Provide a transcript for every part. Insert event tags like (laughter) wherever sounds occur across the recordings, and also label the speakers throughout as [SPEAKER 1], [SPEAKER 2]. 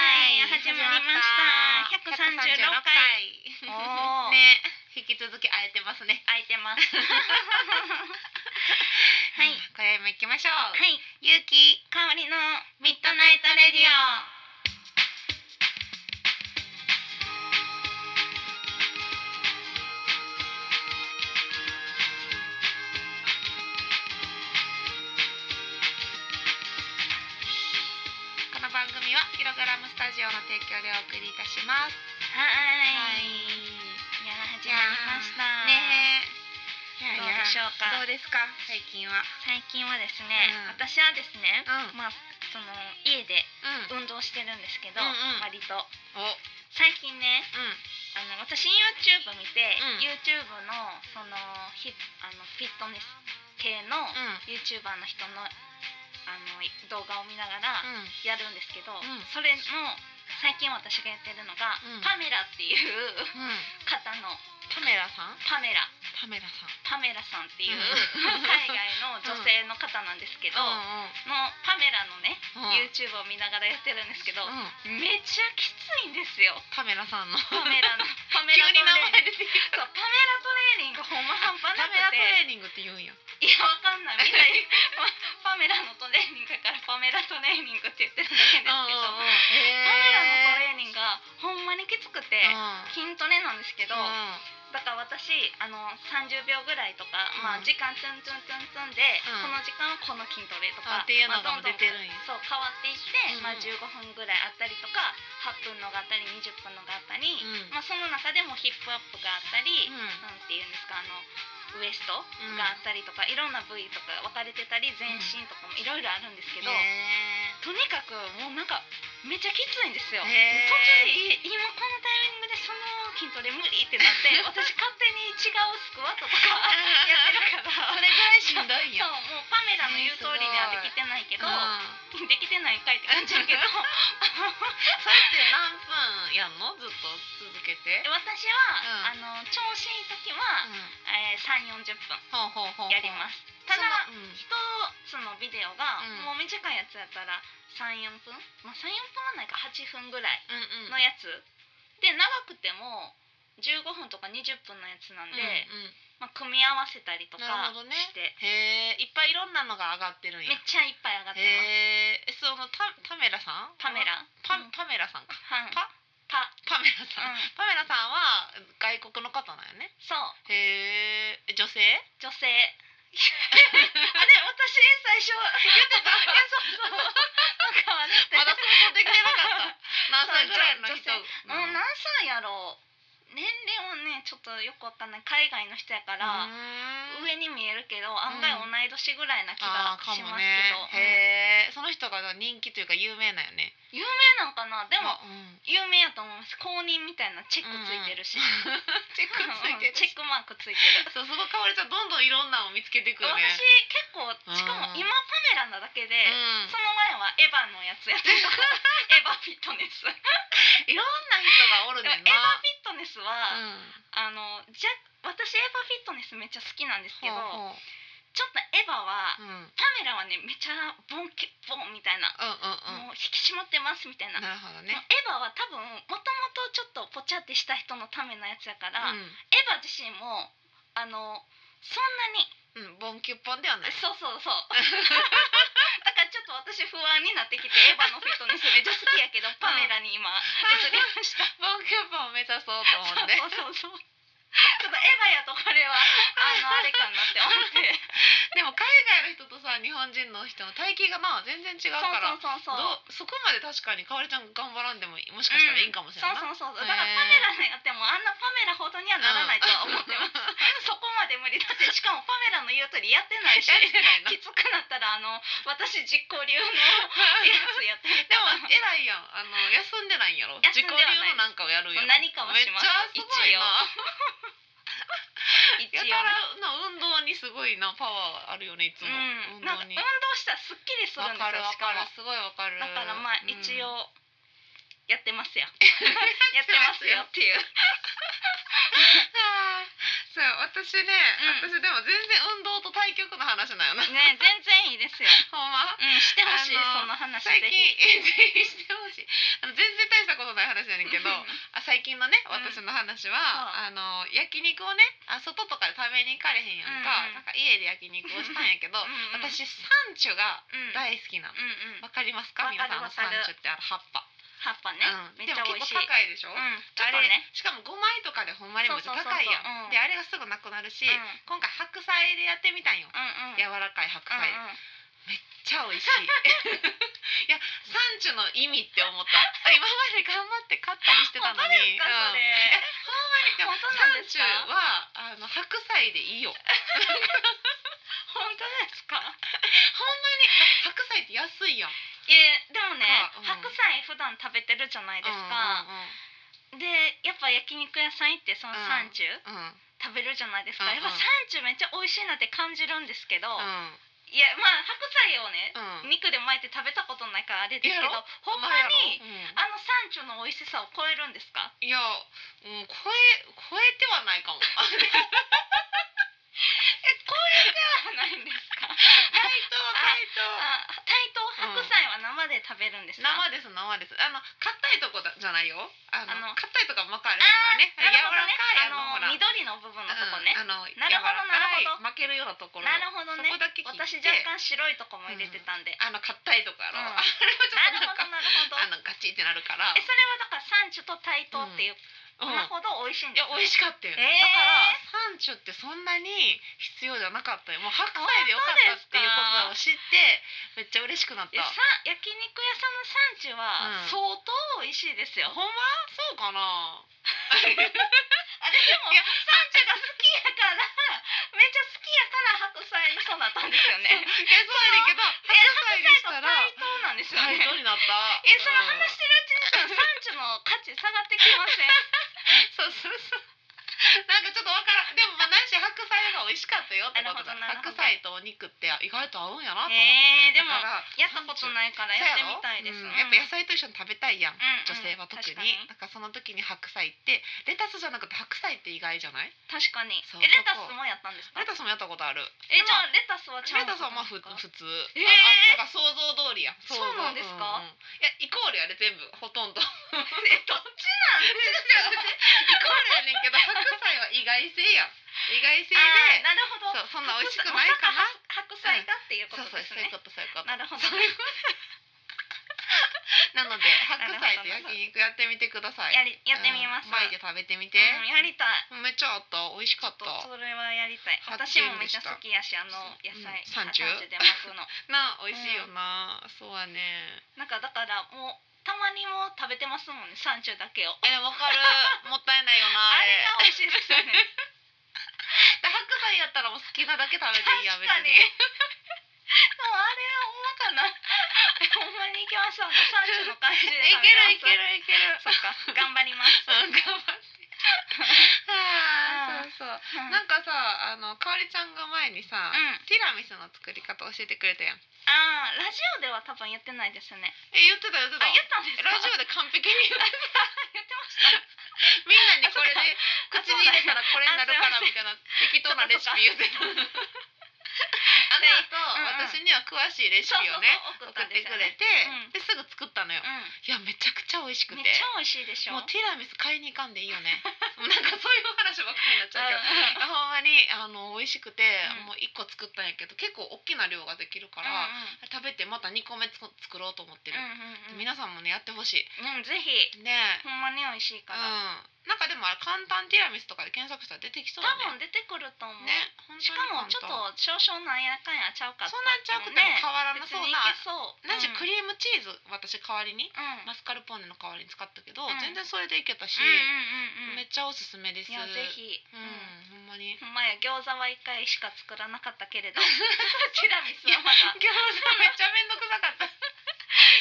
[SPEAKER 1] 始まりました。百三十六回。おー
[SPEAKER 2] ね、引き続き会えてますね。
[SPEAKER 1] 空いて
[SPEAKER 2] (laughs)
[SPEAKER 1] ます。はい、は
[SPEAKER 2] これも行きましょう。
[SPEAKER 1] い、
[SPEAKER 2] ゆうき、
[SPEAKER 1] 香りの
[SPEAKER 2] ミッドナイトレディオ。この番組はキログラムスタジオの提供でお送りいたします。
[SPEAKER 1] はーい。いやー始まりました。
[SPEAKER 2] ね
[SPEAKER 1] いやいやどうでしょうか
[SPEAKER 2] どうですか最近は。
[SPEAKER 1] 最近はですね、
[SPEAKER 2] うん
[SPEAKER 1] 私はですね、
[SPEAKER 2] うん
[SPEAKER 1] まあその家で
[SPEAKER 2] う
[SPEAKER 1] 運
[SPEAKER 2] ん。
[SPEAKER 1] 動してるんですけど、
[SPEAKER 2] うんうん
[SPEAKER 1] 割と
[SPEAKER 2] お。うん。
[SPEAKER 1] 最近ね、あの私 YouTube 見て、
[SPEAKER 2] うん
[SPEAKER 1] YouTube のそのひあのフィットネス系の
[SPEAKER 2] ん
[SPEAKER 1] YouTuber の人のあの動画を見ながら。
[SPEAKER 2] うん。
[SPEAKER 1] やるんですけど、
[SPEAKER 2] ん
[SPEAKER 1] それの最近私がやってるのが、
[SPEAKER 2] うん
[SPEAKER 1] パメラっていう
[SPEAKER 2] うん。
[SPEAKER 1] 方の
[SPEAKER 2] パメラさん。
[SPEAKER 1] パメラ
[SPEAKER 2] パメラさん。
[SPEAKER 1] パメラさんっていう、
[SPEAKER 2] う
[SPEAKER 1] 海
[SPEAKER 2] ん
[SPEAKER 1] 外の女性の方なんですけど、のパメラのね、
[SPEAKER 2] うん
[SPEAKER 1] YouTube を見ながらやってるんですけど、
[SPEAKER 2] うん。
[SPEAKER 1] めちゃきついんですよ
[SPEAKER 2] パメラさんの。
[SPEAKER 1] パメラのパメ
[SPEAKER 2] 急
[SPEAKER 1] ラト
[SPEAKER 2] に名
[SPEAKER 1] レ
[SPEAKER 2] 前
[SPEAKER 1] ーニング
[SPEAKER 2] 出てき
[SPEAKER 1] そうパメラトレーニングほんま半
[SPEAKER 2] た。
[SPEAKER 1] 端な
[SPEAKER 2] パメラ
[SPEAKER 1] く
[SPEAKER 2] トレ
[SPEAKER 1] て
[SPEAKER 2] ーニングって言うんや。
[SPEAKER 1] いやわかんないみんなパメラのトレーニングだからパメラトレーニングって言ってるだけですけど。カメラのトレー
[SPEAKER 2] え
[SPEAKER 1] ニングがほんまにきつくて、
[SPEAKER 2] ー
[SPEAKER 1] 筋トレなんですけ
[SPEAKER 2] う
[SPEAKER 1] ど、
[SPEAKER 2] ん。
[SPEAKER 1] だから私あの30秒ぐらいとか、まあ、
[SPEAKER 2] うん
[SPEAKER 1] 時間ツンツンツンツンで、
[SPEAKER 2] う
[SPEAKER 1] こ
[SPEAKER 2] ん
[SPEAKER 1] の時間はこの筋トレと
[SPEAKER 2] あ
[SPEAKER 1] か
[SPEAKER 2] っていうの
[SPEAKER 1] まあど
[SPEAKER 2] が
[SPEAKER 1] んどん
[SPEAKER 2] 出てるんや
[SPEAKER 1] そう変わっていって、
[SPEAKER 2] うん
[SPEAKER 1] まあ、15分ぐらいあったりとか8分のがあったり20分のがあったり、
[SPEAKER 2] うん
[SPEAKER 1] まあ、その中でもヒップアップがあったり、
[SPEAKER 2] うん
[SPEAKER 1] なんていうんですかあのウエストがあったりとか、いろんな部位とか分かれてたり全身とかもいろいろあるんですけど。
[SPEAKER 2] へ
[SPEAKER 1] とにかくもうなんかめっちゃきついんですよ
[SPEAKER 2] へ
[SPEAKER 1] 途中
[SPEAKER 2] ー
[SPEAKER 1] でい今このタイミングでその筋トレ無理ってなって
[SPEAKER 2] (laughs)
[SPEAKER 1] 私勝手に違うスクワットとかやってるか
[SPEAKER 2] ーそ
[SPEAKER 1] ら
[SPEAKER 2] れぐらいしんどいん
[SPEAKER 1] そ
[SPEAKER 2] や。
[SPEAKER 1] うもうパメラの言う通りにはできてないけ
[SPEAKER 2] うん
[SPEAKER 1] ど、
[SPEAKER 2] それ
[SPEAKER 1] できてないんかいって感じだけ
[SPEAKER 2] (laughs)
[SPEAKER 1] ど
[SPEAKER 2] って何分やんの？ずっと続けて。
[SPEAKER 1] 私は、
[SPEAKER 2] う
[SPEAKER 1] あの調子いい時
[SPEAKER 2] う
[SPEAKER 1] は、
[SPEAKER 2] ん
[SPEAKER 1] えー、3 4 0分
[SPEAKER 2] ほうほうほうほう。。
[SPEAKER 1] やりますすただ
[SPEAKER 2] うん。
[SPEAKER 1] 一つのビデオが、も
[SPEAKER 2] うん
[SPEAKER 1] う短いやつやったら34分まあ34分はないか8分ぐらい
[SPEAKER 2] うんうん。
[SPEAKER 1] のやつで長くても15分とか20分のやつなんで、
[SPEAKER 2] うんうん
[SPEAKER 1] まあ、組み合わせたりと
[SPEAKER 2] な
[SPEAKER 1] か
[SPEAKER 2] るほどね
[SPEAKER 1] して、
[SPEAKER 2] へえ、いっぱいいろんなのが上がってるんや。
[SPEAKER 1] めっちゃいっぱい上がってます。
[SPEAKER 2] へえ、そのタタメラさん？
[SPEAKER 1] パメ。ラ
[SPEAKER 2] パ
[SPEAKER 1] うん
[SPEAKER 2] パメラさんか。
[SPEAKER 1] はい
[SPEAKER 2] パ
[SPEAKER 1] パ
[SPEAKER 2] パメラさ
[SPEAKER 1] う
[SPEAKER 2] ん。
[SPEAKER 1] ん
[SPEAKER 2] パメラさんは外国の方なんよね。
[SPEAKER 1] そう
[SPEAKER 2] へえ、女性？
[SPEAKER 1] 女
[SPEAKER 2] (laughs)
[SPEAKER 1] 性あれ私最初言ってたいやそうそうなんかあれって
[SPEAKER 2] まだ想像できてなかった。何歳ぐらいの人？
[SPEAKER 1] うん何歳やろう年齢はねちょっとよくわかんない海外の人やから、
[SPEAKER 2] うん
[SPEAKER 1] 上に見えるけど案外同い年ぐらいな気が
[SPEAKER 2] あーか
[SPEAKER 1] し
[SPEAKER 2] も
[SPEAKER 1] ます
[SPEAKER 2] ね
[SPEAKER 1] けど、
[SPEAKER 2] へえ、その人が人気というか有名なんよね。
[SPEAKER 1] 有名なんかなでも、
[SPEAKER 2] あうん
[SPEAKER 1] 有名やと思います公認みたいなチェックついてるし、
[SPEAKER 2] チェックついてる
[SPEAKER 1] チェックマークついて
[SPEAKER 2] (laughs)
[SPEAKER 1] る
[SPEAKER 2] そう、そこかおりちゃんどんどんいろんなのを見つけていくよね。
[SPEAKER 1] 私結構しかも
[SPEAKER 2] うん
[SPEAKER 1] 今パメラなだけで、
[SPEAKER 2] うん
[SPEAKER 1] その前はエヴァのやつ
[SPEAKER 2] (laughs)
[SPEAKER 1] やったりとかエヴァフィットネスで
[SPEAKER 2] いろんな人がおる
[SPEAKER 1] もエ
[SPEAKER 2] ね
[SPEAKER 1] ヴァ
[SPEAKER 2] んな。
[SPEAKER 1] フィットネスは、あのじゃ私エヴァフィットネスめっちゃ好きなんですけど
[SPEAKER 2] うんほうほう
[SPEAKER 1] ちょっとエヴァは、
[SPEAKER 2] うんうんうん
[SPEAKER 1] パメラはねめちゃボンキボンみたいな、
[SPEAKER 2] うん
[SPEAKER 1] もう引き締まってますみたいな、
[SPEAKER 2] なるほど
[SPEAKER 1] もうエ
[SPEAKER 2] ね。
[SPEAKER 1] ヴァは多分もともとちょっとぽちゃってした人のためのやつやから、エヴァ自身もあのそんなに
[SPEAKER 2] うん、うん、ボンキュッポンではない。
[SPEAKER 1] そう
[SPEAKER 2] (laughs)
[SPEAKER 1] そうそうだからちょっと私不安になってきてエヴァのフィットネスめっちゃ好きやけどパメラに今移りました
[SPEAKER 2] ボンキュッポンを目指そうと思って。
[SPEAKER 1] (laughs) そうそうそうちょっとエヴァやとこれはあのあれかなって思って
[SPEAKER 2] でも海外の人とさ、日本人の人の体型がな、全然違うから。
[SPEAKER 1] そうそうそうそう
[SPEAKER 2] どうそこまで確かにかおりちゃん頑張らんでももしかしたらいいんかもしれないな、
[SPEAKER 1] うんそうそうそう
[SPEAKER 2] へー
[SPEAKER 1] だからパメラのやってもあんなパメラほどにはならないとは思って
[SPEAKER 2] (laughs)
[SPEAKER 1] ます、そこまで無理だってしかもパメラの言う通りやってないし
[SPEAKER 2] やれてないな
[SPEAKER 1] きつくなったらあの私実行流のやつやってる
[SPEAKER 2] で
[SPEAKER 1] か
[SPEAKER 2] も
[SPEAKER 1] ら
[SPEAKER 2] 偉いやんあの休んでないんやろ
[SPEAKER 1] 休
[SPEAKER 2] 自己
[SPEAKER 1] ん
[SPEAKER 2] 流
[SPEAKER 1] ではない
[SPEAKER 2] のなんかをやるんやろ
[SPEAKER 1] 何かはします
[SPEAKER 2] めっちゃすごいな
[SPEAKER 1] 一
[SPEAKER 2] や
[SPEAKER 1] 応
[SPEAKER 2] たらな運動にすごいなパワーあるよねいつも、
[SPEAKER 1] うん、
[SPEAKER 2] 運
[SPEAKER 1] なんか
[SPEAKER 2] 動
[SPEAKER 1] 運動
[SPEAKER 2] に
[SPEAKER 1] したらすっきりする
[SPEAKER 2] わ
[SPEAKER 1] んです
[SPEAKER 2] かる
[SPEAKER 1] よ
[SPEAKER 2] わ
[SPEAKER 1] しか
[SPEAKER 2] か
[SPEAKER 1] も
[SPEAKER 2] るすごいわかる
[SPEAKER 1] だからまあ
[SPEAKER 2] うん
[SPEAKER 1] 一応やってます
[SPEAKER 2] (laughs)
[SPEAKER 1] よやってますよっていう
[SPEAKER 2] あーそう私ね、
[SPEAKER 1] うん
[SPEAKER 2] 私でも全然運動と対局の話なんよな
[SPEAKER 1] ね全然いいですよ。
[SPEAKER 2] ほんま
[SPEAKER 1] うん、してほしい、
[SPEAKER 2] あの
[SPEAKER 1] そんな話
[SPEAKER 2] 最近
[SPEAKER 1] ぜひ。
[SPEAKER 2] えぜひしてほしいあの全然大したことない話やねんけどあ最近のね
[SPEAKER 1] うん
[SPEAKER 2] 私の話は、あの焼肉をねあ外とかで食べに行かれへんやんか,、
[SPEAKER 1] うん
[SPEAKER 2] なんか家で焼肉をしたんやけど
[SPEAKER 1] うんうん
[SPEAKER 2] 私サンチュが
[SPEAKER 1] うん、
[SPEAKER 2] 大好きなの
[SPEAKER 1] うんうん、
[SPEAKER 2] わかりますか
[SPEAKER 1] わかる
[SPEAKER 2] 皆さんあの
[SPEAKER 1] わか
[SPEAKER 2] サ
[SPEAKER 1] る
[SPEAKER 2] ンチュってあの葉っぱ、
[SPEAKER 1] 葉っぱね、
[SPEAKER 2] うん、
[SPEAKER 1] めっちゃ美味しい。
[SPEAKER 2] でも結構高いでしょ、
[SPEAKER 1] うん、
[SPEAKER 2] ちょっと
[SPEAKER 1] あれ
[SPEAKER 2] ね、しかも5枚とかでほんまにめっちゃ高いやん
[SPEAKER 1] そうそうそうそううん
[SPEAKER 2] であれがすぐなくなるし、
[SPEAKER 1] うん
[SPEAKER 2] 今回白菜でやってみたんよ、
[SPEAKER 1] うんうん、
[SPEAKER 2] 柔らかい白菜、
[SPEAKER 1] うんうん
[SPEAKER 2] めっちゃ美味しい
[SPEAKER 1] (laughs)
[SPEAKER 2] いや産地の意味って思った今まで頑張って買ったりしてたの
[SPEAKER 1] 本当です
[SPEAKER 2] に
[SPEAKER 1] かそれ
[SPEAKER 2] うん、でも
[SPEAKER 1] 本当なんです
[SPEAKER 2] 産地
[SPEAKER 1] か
[SPEAKER 2] はあの白菜でいい
[SPEAKER 1] (laughs)
[SPEAKER 2] よほんま
[SPEAKER 1] 本当ですか
[SPEAKER 2] (laughs) に白菜って安いやん
[SPEAKER 1] いやでもね、
[SPEAKER 2] うん
[SPEAKER 1] 白菜普段食べてるじゃないですか、でやっぱ焼肉屋さん行ってその
[SPEAKER 2] うん
[SPEAKER 1] サンチュ
[SPEAKER 2] うんうんうん
[SPEAKER 1] 食べるじゃないですか、
[SPEAKER 2] うんうん
[SPEAKER 1] やっぱサンチュめっちゃ美味しいなって感じるんですけど、
[SPEAKER 2] うん
[SPEAKER 1] いやまあ白菜をね、
[SPEAKER 2] うん
[SPEAKER 1] 肉で巻いて食べたことないからあれですけど
[SPEAKER 2] やろ
[SPEAKER 1] ほんまに、
[SPEAKER 2] うん
[SPEAKER 1] あのサンチュの美味しさを超えるんですか
[SPEAKER 2] いや、うん、超え超えてはないかもあれ
[SPEAKER 1] じ (laughs) (laughs) ゃないんですか
[SPEAKER 2] 対等対
[SPEAKER 1] あ対等白菜は生で食べるんです
[SPEAKER 2] 等
[SPEAKER 1] か、
[SPEAKER 2] 生です生ですあの硬いとこだじゃないよあ
[SPEAKER 1] あ
[SPEAKER 2] の
[SPEAKER 1] の
[SPEAKER 2] 硬いとこはまかれるからね
[SPEAKER 1] なるほどね
[SPEAKER 2] 柔らかいあのほ
[SPEAKER 1] あの
[SPEAKER 2] ら
[SPEAKER 1] 緑の部分のとこね、
[SPEAKER 2] うん、あの
[SPEAKER 1] なるほど
[SPEAKER 2] 柔らかい
[SPEAKER 1] なるほど
[SPEAKER 2] 負けるようなところ
[SPEAKER 1] なるほどね
[SPEAKER 2] そこだけ切って
[SPEAKER 1] 私若干白いとこも入れてたんで、
[SPEAKER 2] あの硬いとこやろ、
[SPEAKER 1] うん
[SPEAKER 2] あれはち
[SPEAKER 1] なる
[SPEAKER 2] ょっとな
[SPEAKER 1] ほ
[SPEAKER 2] ん
[SPEAKER 1] ど
[SPEAKER 2] か
[SPEAKER 1] なるほど
[SPEAKER 2] あのガチってなるから
[SPEAKER 1] えそれはだから産地と対等っていう、
[SPEAKER 2] うん、
[SPEAKER 1] なるほど美味しいん
[SPEAKER 2] い
[SPEAKER 1] です、
[SPEAKER 2] や
[SPEAKER 1] ね、
[SPEAKER 2] 美味しかったよ、
[SPEAKER 1] えー
[SPEAKER 2] だからサンチュってそんなに必要じゃなかったよもう白菜でよかったっていうことを知ってめっちゃ嬉しくなっ
[SPEAKER 1] いや
[SPEAKER 2] た
[SPEAKER 1] さ焼肉屋さんの産地は
[SPEAKER 2] うん
[SPEAKER 1] 相当美味しいですよ、
[SPEAKER 2] ほんまそうかな
[SPEAKER 1] あれでも
[SPEAKER 2] いや
[SPEAKER 1] 産地が好きやからめっちゃ好きやから白菜にそうなったんです
[SPEAKER 2] (laughs)
[SPEAKER 1] よ
[SPEAKER 2] えそうやねん
[SPEAKER 1] ね
[SPEAKER 2] けど白菜にした
[SPEAKER 1] 白菜と
[SPEAKER 2] ら
[SPEAKER 1] 対等なんですよ
[SPEAKER 2] 対
[SPEAKER 1] ね
[SPEAKER 2] 等になった
[SPEAKER 1] えその話してるうちに産地の価値下がってきません
[SPEAKER 2] (laughs) そうそうそう。なんかちょっとわからん。でもまあ何しろ白菜が美味しかったよってことだ。
[SPEAKER 1] なるほどなる
[SPEAKER 2] 白
[SPEAKER 1] ほど
[SPEAKER 2] 菜とお肉って意外と合うんやなと思って。
[SPEAKER 1] えー、でも
[SPEAKER 2] だから
[SPEAKER 1] やったことないからやってみたいです、
[SPEAKER 2] そうやろうんやっぱ野菜と一緒に食べたいやん。
[SPEAKER 1] ん
[SPEAKER 2] 女性は特に,、
[SPEAKER 1] うん
[SPEAKER 2] なんかその時に白菜ってレタスじゃなくて白菜って意外じゃない
[SPEAKER 1] 確かに
[SPEAKER 2] そう
[SPEAKER 1] えレタスもやったんですか
[SPEAKER 2] レタスもやったことある
[SPEAKER 1] え
[SPEAKER 2] でも
[SPEAKER 1] じゃあレタスはちゃ
[SPEAKER 2] レ
[SPEAKER 1] んと
[SPEAKER 2] タスはまあふ普
[SPEAKER 1] か
[SPEAKER 2] 通、
[SPEAKER 1] (laughs) えー
[SPEAKER 2] ああだから想像通りや想像
[SPEAKER 1] そうなんですか
[SPEAKER 2] うんうんいやイコールやで全部ほとんどイコール
[SPEAKER 1] えどっちなんですか
[SPEAKER 2] やねんけど白菜は意外性やん意外性で
[SPEAKER 1] あーなるほど
[SPEAKER 2] そうそんな美味しくないかな
[SPEAKER 1] 白菜がっていうこ
[SPEAKER 2] そう
[SPEAKER 1] と
[SPEAKER 2] そう
[SPEAKER 1] です
[SPEAKER 2] そういう
[SPEAKER 1] ね、
[SPEAKER 2] ことそういうこと
[SPEAKER 1] なるほど
[SPEAKER 2] なので白菜と焼肉やってみてください
[SPEAKER 1] やりやってみます、
[SPEAKER 2] うん巻いて食べてみて、
[SPEAKER 1] うんやりたい
[SPEAKER 2] めっちゃあった美味しかっ
[SPEAKER 1] と
[SPEAKER 2] た
[SPEAKER 1] それはやりたい
[SPEAKER 2] 発
[SPEAKER 1] 私
[SPEAKER 2] 見
[SPEAKER 1] もめっちゃ好きやしあの
[SPEAKER 2] で
[SPEAKER 1] 野
[SPEAKER 2] した
[SPEAKER 1] 菜、
[SPEAKER 2] うん山中
[SPEAKER 1] 山で巻くの
[SPEAKER 2] な美味しいよな、そうやね
[SPEAKER 1] なんかだからもうたまにもう食べてますもんね山中だけを
[SPEAKER 2] えわかる (laughs) もったいないよな
[SPEAKER 1] あ
[SPEAKER 2] あ
[SPEAKER 1] れ
[SPEAKER 2] れ
[SPEAKER 1] が美味しいですよね
[SPEAKER 2] 白菜やったらもう好きなだけ食べていいやん
[SPEAKER 1] 確かにでもあれはほんまかなほんまに行きましょうね山中の感じで
[SPEAKER 2] えいけるいけ
[SPEAKER 1] る
[SPEAKER 2] るいける
[SPEAKER 1] そっ
[SPEAKER 2] (laughs)
[SPEAKER 1] か頑張ります
[SPEAKER 2] うん頑張ってあーそうそう
[SPEAKER 1] な
[SPEAKER 2] なん
[SPEAKER 1] か
[SPEAKER 2] んかさあのかおりちゃんが前にさ、
[SPEAKER 1] うん
[SPEAKER 2] ティラミスの作り方教えてくれたやん
[SPEAKER 1] あーラジオでは多分言ってないですよね
[SPEAKER 2] え言ってた言って
[SPEAKER 1] あ
[SPEAKER 2] た
[SPEAKER 1] 言ったんですか
[SPEAKER 2] ラジオで完璧に言う (laughs)
[SPEAKER 1] 言ってました
[SPEAKER 2] みんなにこれで
[SPEAKER 1] あ
[SPEAKER 2] 口に入れたらこれになるから
[SPEAKER 1] あ
[SPEAKER 2] みたいな適当なレシピ言ってた。あ
[SPEAKER 1] で
[SPEAKER 2] の
[SPEAKER 1] うんうん
[SPEAKER 2] 人、私には詳しいレシ
[SPEAKER 1] そう
[SPEAKER 2] ピ
[SPEAKER 1] そ
[SPEAKER 2] を
[SPEAKER 1] う
[SPEAKER 2] ね
[SPEAKER 1] そう送っ
[SPEAKER 2] 送
[SPEAKER 1] た
[SPEAKER 2] っ
[SPEAKER 1] んで
[SPEAKER 2] て
[SPEAKER 1] す
[SPEAKER 2] く
[SPEAKER 1] よ
[SPEAKER 2] れ
[SPEAKER 1] ね
[SPEAKER 2] て
[SPEAKER 1] うん、
[SPEAKER 2] ですぐ作ったのよ。
[SPEAKER 1] う
[SPEAKER 2] いやめちゃくちゃ美味しく
[SPEAKER 1] ん
[SPEAKER 2] て
[SPEAKER 1] めっちゃ美味しいでしょ
[SPEAKER 2] もうティラミス買いに行かんでいいよ
[SPEAKER 1] (laughs)
[SPEAKER 2] ねもうなんかそういう話ばっかりになっちゃうけど
[SPEAKER 1] う
[SPEAKER 2] ほんまにあの美味しくて、
[SPEAKER 1] うん
[SPEAKER 2] もう1個作ったんやけど結構大きな量ができるか
[SPEAKER 1] ん
[SPEAKER 2] ら、食べてまた2個目つく作ろうと思ってる、
[SPEAKER 1] うんうんうんうん
[SPEAKER 2] 皆さんもねやってほしい
[SPEAKER 1] うんぜひ
[SPEAKER 2] ねえ
[SPEAKER 1] ほんまに美味しいから
[SPEAKER 2] うん、なんかでもあれ簡単ティラミスとかで検索したら出てきそ
[SPEAKER 1] 多
[SPEAKER 2] うだね。
[SPEAKER 1] 分出てくると思う
[SPEAKER 2] ね、本当に
[SPEAKER 1] しかもちょっ
[SPEAKER 2] 簡単。
[SPEAKER 1] と少々なんやかんやちゃうかった
[SPEAKER 2] そんなんちゃうくても
[SPEAKER 1] ね
[SPEAKER 2] 変わらな
[SPEAKER 1] 別
[SPEAKER 2] そう
[SPEAKER 1] にい
[SPEAKER 2] な
[SPEAKER 1] け。そう
[SPEAKER 2] なんし
[SPEAKER 1] うん
[SPEAKER 2] クリームチーズ私代わりに
[SPEAKER 1] うん
[SPEAKER 2] マスカルポーネの代わりに使ったけど、
[SPEAKER 1] うん
[SPEAKER 2] 全然それでいけたし、
[SPEAKER 1] うんうんうんうん
[SPEAKER 2] めっちゃおすすめです。
[SPEAKER 1] いやぜ。ひ
[SPEAKER 2] う
[SPEAKER 1] うん
[SPEAKER 2] ん、ほんまに。
[SPEAKER 1] ほんまや餃子は一回しか作らなかったけ (laughs) れどティラミスはまた
[SPEAKER 2] 餃子めっちゃめんどくさか
[SPEAKER 1] (laughs)
[SPEAKER 2] った。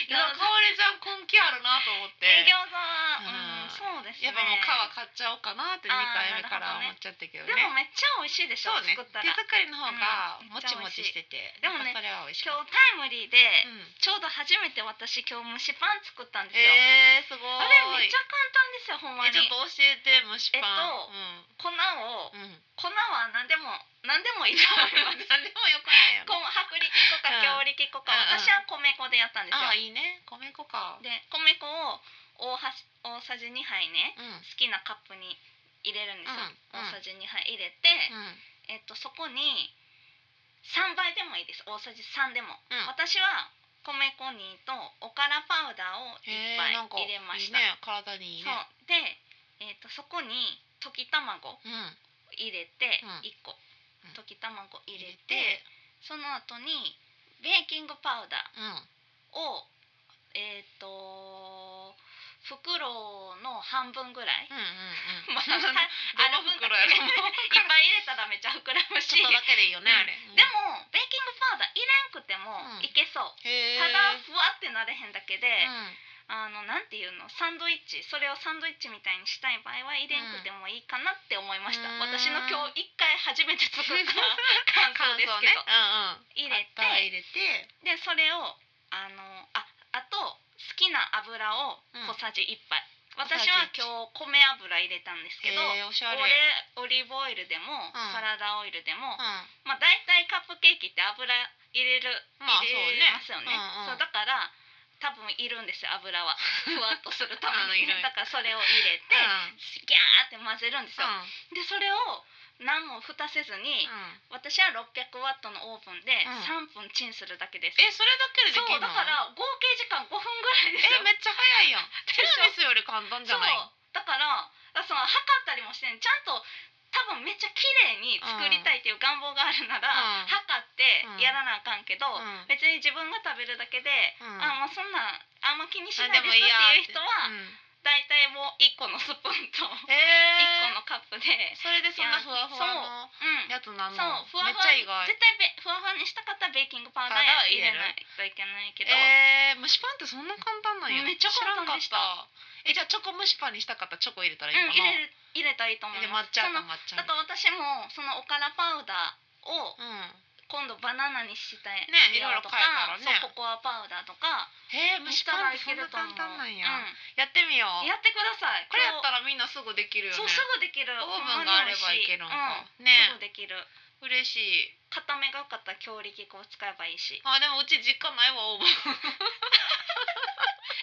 [SPEAKER 2] いや、かおりちゃん根気あるなと思って。
[SPEAKER 1] 営業
[SPEAKER 2] うん
[SPEAKER 1] は、うん、そうですね。
[SPEAKER 2] やっぱもう皮買っちゃおうかなって2回目か
[SPEAKER 1] あーなるほ
[SPEAKER 2] ら
[SPEAKER 1] どね
[SPEAKER 2] 思っちゃったけど
[SPEAKER 1] で
[SPEAKER 2] ね。
[SPEAKER 1] もめっちゃ美味しいでし
[SPEAKER 2] そ
[SPEAKER 1] ょ。
[SPEAKER 2] うね。手
[SPEAKER 1] 作
[SPEAKER 2] 作
[SPEAKER 1] ったら。今
[SPEAKER 2] りの方が
[SPEAKER 1] うん
[SPEAKER 2] もちもちしてて、
[SPEAKER 1] めっちゃ美味しい
[SPEAKER 2] やっぱそれは美味しい。
[SPEAKER 1] 日タイムリーで、
[SPEAKER 2] うん
[SPEAKER 1] ちょうど初めて私今日蒸しパン作ったんですよ。
[SPEAKER 2] えー、すごい。
[SPEAKER 1] あれめっちゃ簡単ですよほんま
[SPEAKER 2] え
[SPEAKER 1] に。
[SPEAKER 2] ちょっと教えて蒸しパ
[SPEAKER 1] 粉を
[SPEAKER 2] ン。えっと、うん、うん、
[SPEAKER 1] (laughs) 粉は何でも何でもいいと思い
[SPEAKER 2] 何
[SPEAKER 1] ます。
[SPEAKER 2] でもよくないよ
[SPEAKER 1] こう薄力粉かけ粉か
[SPEAKER 2] うんうん
[SPEAKER 1] 私は米粉でやったんですよ
[SPEAKER 2] あいいね米粉か
[SPEAKER 1] で米粉を大はし大さじ2杯ね
[SPEAKER 2] うんうん
[SPEAKER 1] 好きなカップに入れるんですよ、
[SPEAKER 2] うんうん
[SPEAKER 1] 大さじ2杯入れて、えっとそこに3倍でもいいです大さじ3でも、
[SPEAKER 2] うん
[SPEAKER 1] 私は米粉にとおからパウダーを1
[SPEAKER 2] へえ
[SPEAKER 1] 杯
[SPEAKER 2] なんか
[SPEAKER 1] 入れました
[SPEAKER 2] いいね体にいい
[SPEAKER 1] そ
[SPEAKER 2] ね
[SPEAKER 1] うで、えー、とそこに溶き卵
[SPEAKER 2] うん
[SPEAKER 1] 入れて
[SPEAKER 2] うん
[SPEAKER 1] 1個、
[SPEAKER 2] うん
[SPEAKER 1] 溶き卵入れて、その後にベーキングパウダ
[SPEAKER 2] うん
[SPEAKER 1] ーをえっ、と袋の半分ぐら
[SPEAKER 2] (laughs)
[SPEAKER 1] い、
[SPEAKER 2] うんうんうん
[SPEAKER 1] まああの分だ
[SPEAKER 2] どの袋や
[SPEAKER 1] け (laughs) いっ
[SPEAKER 2] ろ
[SPEAKER 1] ぱ
[SPEAKER 2] う
[SPEAKER 1] い入れたらめっちゃ膨らむし
[SPEAKER 2] ちょっとだけでいいよねあれ
[SPEAKER 1] でもベーキングパウダー入れんくても
[SPEAKER 2] うん
[SPEAKER 1] いけそう、
[SPEAKER 2] へえ
[SPEAKER 1] ただふわってなれへんだけで、
[SPEAKER 2] うん
[SPEAKER 1] あのなんていうのサンドイッチそれをサンドイッチみたいにしたい場合は入れんくてもいいかなって思いました、
[SPEAKER 2] うん
[SPEAKER 1] 私の今日一回初めて
[SPEAKER 2] (laughs)
[SPEAKER 1] 作った感想
[SPEAKER 2] 感
[SPEAKER 1] です
[SPEAKER 2] 想
[SPEAKER 1] け
[SPEAKER 2] ね
[SPEAKER 1] ど、
[SPEAKER 2] うんうん
[SPEAKER 1] 入れて
[SPEAKER 2] バター入れて
[SPEAKER 1] でそれをあのああと好きな油を
[SPEAKER 2] うん
[SPEAKER 1] 小さじ1杯、
[SPEAKER 2] 小さ
[SPEAKER 1] 私
[SPEAKER 2] じ
[SPEAKER 1] は
[SPEAKER 2] 一
[SPEAKER 1] 今日米油入れたんですけど、
[SPEAKER 2] へえおしゃれ
[SPEAKER 1] オレオリーブオイルでも、
[SPEAKER 2] ん
[SPEAKER 1] サラダオイルでも、
[SPEAKER 2] うん
[SPEAKER 1] まあ大体カップケーキって油入れる、
[SPEAKER 2] まあ
[SPEAKER 1] 入れますよね、
[SPEAKER 2] そうねうんうん
[SPEAKER 1] そうだから多分いるんですよ油
[SPEAKER 2] (laughs)
[SPEAKER 1] はふわっとするために
[SPEAKER 2] うんいる
[SPEAKER 1] だからそれを入れて、
[SPEAKER 2] うん
[SPEAKER 1] ギャーって混ぜるんです
[SPEAKER 2] う
[SPEAKER 1] よ、
[SPEAKER 2] ん
[SPEAKER 1] でそれを何も蓋せずに、
[SPEAKER 2] うん
[SPEAKER 1] 私は600ワットのオーブンで
[SPEAKER 2] う
[SPEAKER 1] 3分チンするだけです、
[SPEAKER 2] えそれだけでで
[SPEAKER 1] そう
[SPEAKER 2] きるの
[SPEAKER 1] だから合計時間5分ぐらいです
[SPEAKER 2] え
[SPEAKER 1] よ
[SPEAKER 2] めっちゃ早
[SPEAKER 1] (laughs)
[SPEAKER 2] いやん
[SPEAKER 1] でしょ
[SPEAKER 2] テラミスより簡単じゃない
[SPEAKER 1] そうだからだからその測ったりもしてんちゃんと多分めっちゃ綺麗に作りたいっていう願望があるなら、
[SPEAKER 2] うん
[SPEAKER 1] 測ってやらなあかんけど、
[SPEAKER 2] うん
[SPEAKER 1] 別に自分が食べるだけで、
[SPEAKER 2] うん
[SPEAKER 1] あもうそんなんあんま気にし
[SPEAKER 2] あ
[SPEAKER 1] ないですっていう人
[SPEAKER 2] う
[SPEAKER 1] は
[SPEAKER 2] ん
[SPEAKER 1] 大体もう1個のスプーンと1
[SPEAKER 2] え
[SPEAKER 1] 個
[SPEAKER 2] ー
[SPEAKER 1] のカップで、
[SPEAKER 2] それでそんなふわふわの
[SPEAKER 1] うん、
[SPEAKER 2] やつなの
[SPEAKER 1] そうふわ
[SPEAKER 2] めっ
[SPEAKER 1] ふわ
[SPEAKER 2] ちゃ
[SPEAKER 1] に
[SPEAKER 2] 意外
[SPEAKER 1] 絶対べふわふわにしたかったらベーキングパウダー入れないといけないけど、
[SPEAKER 2] えー、蒸しパンってそんな簡単なんや
[SPEAKER 1] めっちゃ簡単でした
[SPEAKER 2] 知らんかったえじゃあチョコ蒸しパンにしたかったらチョコ入れたらいい
[SPEAKER 1] うん
[SPEAKER 2] のか
[SPEAKER 1] 入
[SPEAKER 2] な、
[SPEAKER 1] れる入れたらいいと思い
[SPEAKER 2] で抹
[SPEAKER 1] ます
[SPEAKER 2] 茶
[SPEAKER 1] その
[SPEAKER 2] と抹茶
[SPEAKER 1] だから私もそのおからパウダーを
[SPEAKER 2] うん
[SPEAKER 1] 今度バナナにしてね
[SPEAKER 2] ねいろいろ変えたらね
[SPEAKER 1] そうココアパウダーとか
[SPEAKER 2] へえ蒸しパンって
[SPEAKER 1] したらけ
[SPEAKER 2] そんない
[SPEAKER 1] ると思
[SPEAKER 2] 簡
[SPEAKER 1] う
[SPEAKER 2] 単なんや、
[SPEAKER 1] うん
[SPEAKER 2] やってみよう
[SPEAKER 1] やってください
[SPEAKER 2] これやった
[SPEAKER 1] ら
[SPEAKER 2] らみんなすぐできるよね
[SPEAKER 1] そうすぐできる
[SPEAKER 2] オー
[SPEAKER 1] ほ
[SPEAKER 2] ブン
[SPEAKER 1] んま
[SPEAKER 2] があ
[SPEAKER 1] に
[SPEAKER 2] れ
[SPEAKER 1] 美味
[SPEAKER 2] ばい
[SPEAKER 1] し
[SPEAKER 2] けるんか、
[SPEAKER 1] うんすぐ
[SPEAKER 2] ね
[SPEAKER 1] できる
[SPEAKER 2] 嬉しい
[SPEAKER 1] 固めが良かったら強力粉を使えばいいし
[SPEAKER 2] あでもうち実家ないわオーブン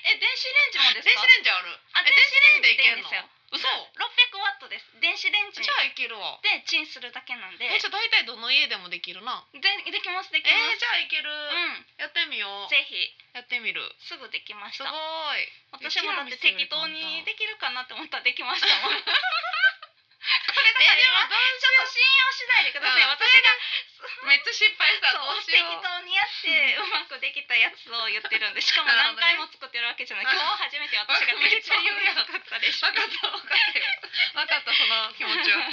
[SPEAKER 1] え電子レンジもです
[SPEAKER 2] 電
[SPEAKER 1] か
[SPEAKER 2] 子レンジある
[SPEAKER 1] あ
[SPEAKER 2] え
[SPEAKER 1] 電子レンジでいけん
[SPEAKER 2] 電
[SPEAKER 1] の
[SPEAKER 2] 子レンジでいけんの嘘
[SPEAKER 1] 600ワットです電子レンジ
[SPEAKER 2] じゃあいけるわ
[SPEAKER 1] でチンするだけなんで
[SPEAKER 2] えじゃあ大体どの家でもできるな
[SPEAKER 1] でできますで
[SPEAKER 2] え
[SPEAKER 1] きま
[SPEAKER 2] ー、
[SPEAKER 1] す、
[SPEAKER 2] じゃあいける、
[SPEAKER 1] うん
[SPEAKER 2] やってみよう
[SPEAKER 1] ぜひ
[SPEAKER 2] やってみる
[SPEAKER 1] すぐできまし
[SPEAKER 2] すご
[SPEAKER 1] た
[SPEAKER 2] い
[SPEAKER 1] 私もだって適当にできるかなって思ったらできました
[SPEAKER 2] (laughs)
[SPEAKER 1] もんこれだから
[SPEAKER 2] えでも
[SPEAKER 1] 今ちょっと信用しないでください、
[SPEAKER 2] うん
[SPEAKER 1] 私が
[SPEAKER 2] めっちゃ失敗した
[SPEAKER 1] そう
[SPEAKER 2] どうし
[SPEAKER 1] 適
[SPEAKER 2] よう
[SPEAKER 1] 当にやってうまくできたやつを言ってるんでしかも
[SPEAKER 2] なる
[SPEAKER 1] 何
[SPEAKER 2] ほどね
[SPEAKER 1] 回も作ってるわけじゃ
[SPEAKER 2] (laughs)
[SPEAKER 1] ない今日初めて私が
[SPEAKER 2] めっちゃ言うやん
[SPEAKER 1] かったでし
[SPEAKER 2] 分かった分かったよ分かったその気持ちは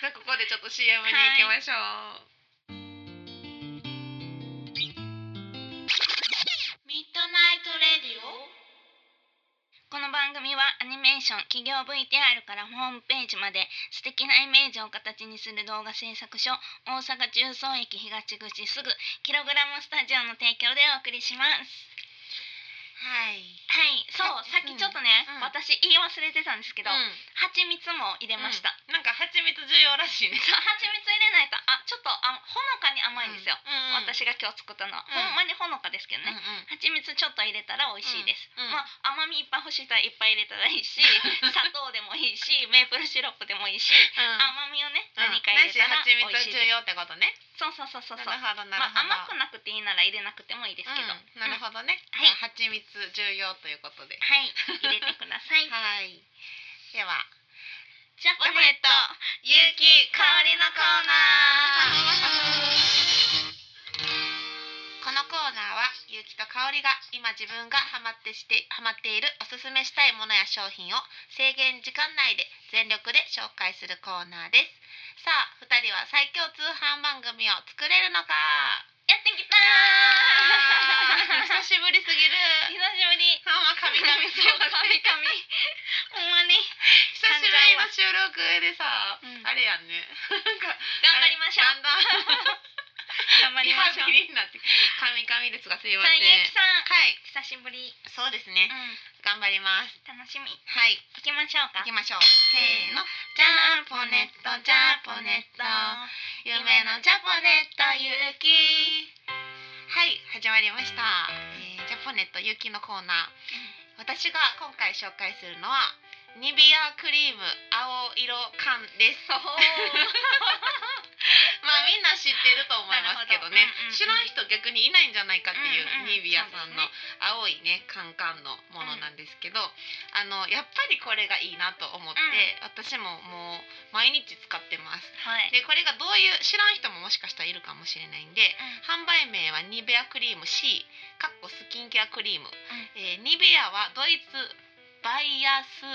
[SPEAKER 2] じゃあここでちょっと CM に行きましょう、
[SPEAKER 1] ミッドナイトレディオ (laughs) この番組はアニメーション企業 VTR からホームページまで素敵なイメージを形にする動画制作所大阪中層駅東口すぐキログラムスタジオの提供でお送りします
[SPEAKER 2] はい
[SPEAKER 1] はいそうさっきちょっとね、
[SPEAKER 2] うん
[SPEAKER 1] 私言い忘れてたんですけど、
[SPEAKER 2] うん
[SPEAKER 1] 蜂蜜も入れました、
[SPEAKER 2] うんなんか蜂蜜重要らしいね
[SPEAKER 1] そう蜂蜜入れないとあちょっとあほのかに甘いんですよ、
[SPEAKER 2] うんうん
[SPEAKER 1] 私が今日作ったのは、
[SPEAKER 2] うん
[SPEAKER 1] ほんまにほのかですけどね、
[SPEAKER 2] う
[SPEAKER 1] 蜂蜜ちょっと入れたら美味しいです、
[SPEAKER 2] うんうん
[SPEAKER 1] まあ甘みいっぱい欲しい人はいっぱい入れたらいい
[SPEAKER 2] (laughs)
[SPEAKER 1] し砂糖でもいいしメープルシロップでもいいし、
[SPEAKER 2] んうん
[SPEAKER 1] 甘みをね
[SPEAKER 2] うん
[SPEAKER 1] 何か入れたら美味しい
[SPEAKER 2] なし蜂蜜重
[SPEAKER 1] です、
[SPEAKER 2] 要ってことね
[SPEAKER 1] そうそうそうそうそう
[SPEAKER 2] なるほどなる
[SPEAKER 1] まあ
[SPEAKER 2] ほど、
[SPEAKER 1] 甘くなくていいなら入れなくてもいいですけど、
[SPEAKER 2] うんなるほどね、
[SPEAKER 1] はい
[SPEAKER 2] じゃあ蜂蜜重要ということで
[SPEAKER 1] はい入れてください
[SPEAKER 2] はいでは
[SPEAKER 1] じゃあ
[SPEAKER 2] ジャ
[SPEAKER 1] ボ
[SPEAKER 2] ボ
[SPEAKER 1] ネ
[SPEAKER 2] ネ
[SPEAKER 1] ッ
[SPEAKER 2] ッ
[SPEAKER 1] ト
[SPEAKER 2] ト
[SPEAKER 1] ゆうき香りのコーナー
[SPEAKER 2] このコーナーはゆうきと香りが今自分がハマってしてハマっているおすすめしたいものや商品を制限時間内で全力で紹介するコーナーですさあ二人は最強通販番組を作れるのか
[SPEAKER 1] やってきた
[SPEAKER 2] あー
[SPEAKER 1] ー
[SPEAKER 2] (laughs) 久しぶりすぎ
[SPEAKER 1] 久し
[SPEAKER 2] る
[SPEAKER 1] ぶり
[SPEAKER 2] あんま神々そう
[SPEAKER 1] そう
[SPEAKER 2] だね
[SPEAKER 1] 神々ほんまに
[SPEAKER 2] 久しぶりの収録でさ、
[SPEAKER 1] うん
[SPEAKER 2] あれやんねなんか
[SPEAKER 1] 頑張りましょう
[SPEAKER 2] だんだん
[SPEAKER 1] 頑張
[SPEAKER 2] リ
[SPEAKER 1] り
[SPEAKER 2] ハ
[SPEAKER 1] ましょう
[SPEAKER 2] ビリになって神々ですがすいま
[SPEAKER 1] さあ
[SPEAKER 2] せ
[SPEAKER 1] ゆうき
[SPEAKER 2] ん
[SPEAKER 1] さん
[SPEAKER 2] はい
[SPEAKER 1] 久しぶり
[SPEAKER 2] そうですね、
[SPEAKER 1] う
[SPEAKER 2] 頑張ります
[SPEAKER 1] ん楽しみ行
[SPEAKER 2] はい
[SPEAKER 1] きましょうか
[SPEAKER 2] 行きましょう
[SPEAKER 1] せーの
[SPEAKER 2] ジャポネットジャポネット夢のジャポネットゆうきはい始まりました、えージャポネットゆうきのコーナー私が今回紹介するのはニビアクリーム青色缶です
[SPEAKER 1] そう
[SPEAKER 2] (laughs) まあみんな知ってると思いますけどね
[SPEAKER 1] なるほどうんうんうん
[SPEAKER 2] 知らん人逆にいないんじゃないかっていう
[SPEAKER 1] うんうん
[SPEAKER 2] ニビアさんの
[SPEAKER 1] そう
[SPEAKER 2] 青いねカンカンのものなんですけど、あのやっぱりこれがいいなと思って、私ももう毎日使ってます
[SPEAKER 1] はい、
[SPEAKER 2] でこれがどういう知らん人ももしかしたらいるかもしれないんで
[SPEAKER 1] うん
[SPEAKER 2] 販売名はニベアクリーム C かっこスキンケアクリーム、
[SPEAKER 1] ん
[SPEAKER 2] えーニベアはドイツバイアス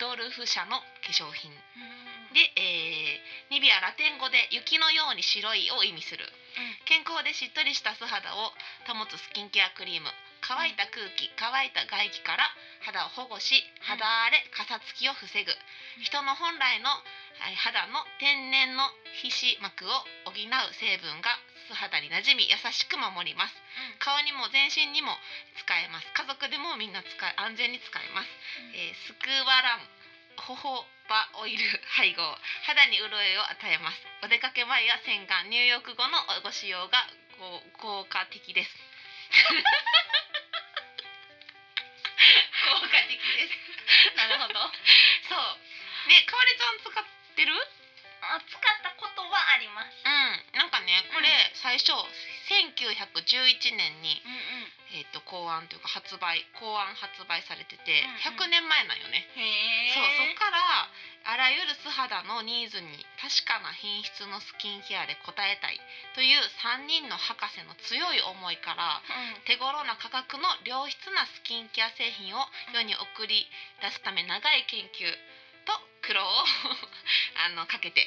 [SPEAKER 2] ドルフ社の化粧品
[SPEAKER 1] うん
[SPEAKER 2] で、えーニベアラテン語で雪のように白いを意味する健康でしっとりした素肌を保つスキンケアクリーム乾いた空気、乾いた外気から肌を保護し
[SPEAKER 1] うん
[SPEAKER 2] 肌荒れかさつきを防ぐ、
[SPEAKER 1] ん
[SPEAKER 2] 人の本来のはい肌の天然の皮脂膜を補う成分が素肌になじみ優しく守ります
[SPEAKER 1] う
[SPEAKER 2] 顔にも全身にも使えます家族でもみんな使え安全に使えます
[SPEAKER 1] ん
[SPEAKER 2] えースクワランホホバオイル配合肌に潤いを与えますお出かけ前や洗顔入浴後のご使用がこう効果的です効果的です
[SPEAKER 1] なるほど
[SPEAKER 2] そうねかおりちゃん使ってるう
[SPEAKER 1] あ使ったことはあります
[SPEAKER 2] んなんかねこれ
[SPEAKER 1] う
[SPEAKER 2] 最初1911年に、
[SPEAKER 1] うんうん
[SPEAKER 2] えー、と考案というか発売考案発売されてて
[SPEAKER 1] うんうん
[SPEAKER 2] 100年前なんよね、
[SPEAKER 1] へえ
[SPEAKER 2] そうそこからあらゆる素肌のニーズに確かな品質のスキンケアで応えたいという3人の博士の強い思いから
[SPEAKER 1] うん
[SPEAKER 2] 手頃な価格の良質なスキンケア製品を世に送り出すため長い研究と苦労を (laughs) あのかけて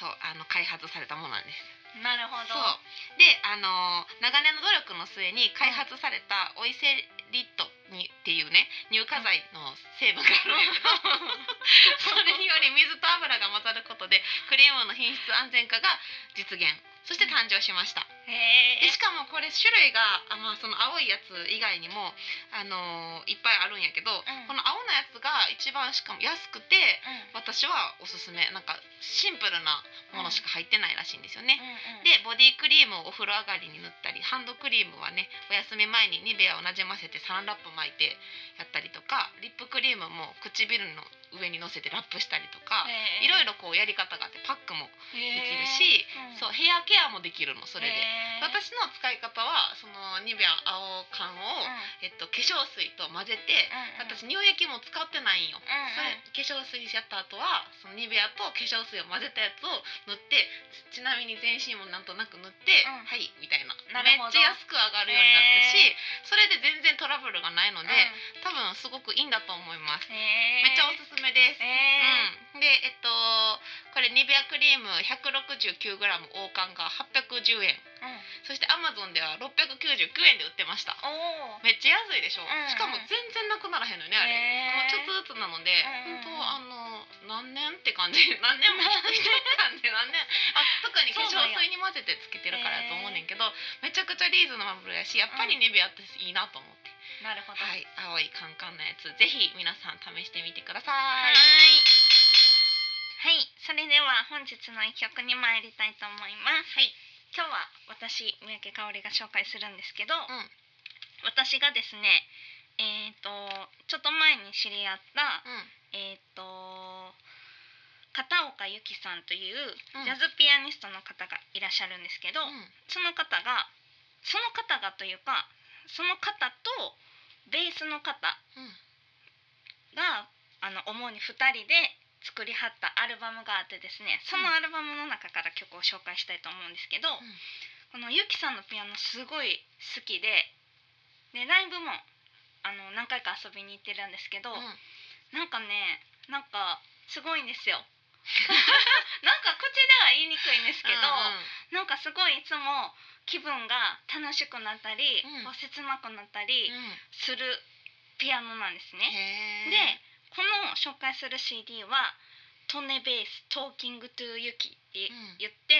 [SPEAKER 2] そうあの開発されたものなんです。
[SPEAKER 1] うんなるほど
[SPEAKER 2] そうであのー長年の努力の末に開発されたオイセリットにっていうね乳化剤の成分があるんやけどそれにより水と油が混ざることでクリームの品質安全化が実現そして誕生しました
[SPEAKER 1] へ
[SPEAKER 2] で
[SPEAKER 1] え
[SPEAKER 2] しかもこれ種類があ、まあ、その青いやつ以外にも、あのーいっぱいあるんやけど、
[SPEAKER 1] ん
[SPEAKER 2] この青のやつが一番しかも安くて
[SPEAKER 1] う
[SPEAKER 2] 私はおすすめなんかシンプルなものしか入ってないらしいんですよね、
[SPEAKER 1] んうんうん
[SPEAKER 2] でボディクリームをお風呂上がりに塗ったりハンドクリームはねお休み前にニベアをなじませてサンラップ巻いてやったりとかリップクリームも唇の上にのせてラップしたりとか
[SPEAKER 1] へー
[SPEAKER 2] いろいろこうやり方があってパックも
[SPEAKER 1] でき
[SPEAKER 2] できるし、そう
[SPEAKER 1] う
[SPEAKER 2] ヘアケアもできるのそれで。
[SPEAKER 1] へー
[SPEAKER 2] 私の使い方はそのニベア青缶
[SPEAKER 1] うん
[SPEAKER 2] を、えっと、化粧水と混ぜて、
[SPEAKER 1] うんうん
[SPEAKER 2] 私乳液も使ってないんよ、
[SPEAKER 1] んうん
[SPEAKER 2] それ化粧水やった後はそのニベアと化粧水を混ぜたやつを塗ってちちなみに全身もなんとなく塗って、
[SPEAKER 1] うん
[SPEAKER 2] はいみたいな
[SPEAKER 1] なる
[SPEAKER 2] め
[SPEAKER 1] ほ
[SPEAKER 2] っ
[SPEAKER 1] ど
[SPEAKER 2] ちゃ安く上がるようになったしそれで全然トラブルがないので、
[SPEAKER 1] う
[SPEAKER 2] 多分すごくいいんだと思います、
[SPEAKER 1] んへー
[SPEAKER 2] めっちゃおすすめです、
[SPEAKER 1] へ
[SPEAKER 2] うん、でえっとこれニベアクリーム 169g 王冠が810円
[SPEAKER 1] ーうん
[SPEAKER 2] そしてアマゾンでは699円で売ってました
[SPEAKER 1] おお
[SPEAKER 2] めっちゃ安いでし
[SPEAKER 1] うん
[SPEAKER 2] ょ、
[SPEAKER 1] うん
[SPEAKER 2] しかも全然なくならへんのよねあれ、もうちょっとずつなので、
[SPEAKER 1] うんうん
[SPEAKER 2] 本当あの何年って感じ (laughs) 何年もしてたんで何年あ特に化
[SPEAKER 1] そう
[SPEAKER 2] 粧
[SPEAKER 1] なんや
[SPEAKER 2] 水に混ぜてつけてるからやと思うねんけどめちゃくちゃリーズナブルやしやっぱり
[SPEAKER 1] う
[SPEAKER 2] ネビアっていいなと思って、
[SPEAKER 1] なるほど
[SPEAKER 2] はい青いカンカンのやつぜひ皆さん試してみてくださ
[SPEAKER 1] はい
[SPEAKER 2] い、
[SPEAKER 1] はいそれでは本日の一曲に参りたいと思います
[SPEAKER 2] はい
[SPEAKER 1] 今日は私三宅香織が紹介するんですけど、
[SPEAKER 2] ん
[SPEAKER 1] 私がですねえっ、とちょっと前に知り合った
[SPEAKER 2] うん
[SPEAKER 1] えっ、と片岡由紀さんという
[SPEAKER 2] うん
[SPEAKER 1] ジャズピアニストの方がいらっしゃるんですけど、
[SPEAKER 2] うん
[SPEAKER 1] その方がその方がというかその方とベースの方
[SPEAKER 2] うん
[SPEAKER 1] があの主に2人で作りはったアルバムがあってですねそのアルバムの中から曲を紹介したいと思うんですけど、
[SPEAKER 2] ん
[SPEAKER 1] このゆきさんのピアノすごい好きででライブもあの何回か遊びに行ってるんですけど、
[SPEAKER 2] うん
[SPEAKER 1] なんかねなんかすごいんですよ。 (laughs) なんか口では言いにくいんですけど、なんかすごいいつも気分が楽しくなったり、
[SPEAKER 2] うん
[SPEAKER 1] こう切なくなったり
[SPEAKER 2] うんうん
[SPEAKER 1] するピアノなんですね。
[SPEAKER 2] へー
[SPEAKER 1] でこの紹介する CD は「トネベーストーキングトゥユキ」って
[SPEAKER 2] うん
[SPEAKER 1] 言って、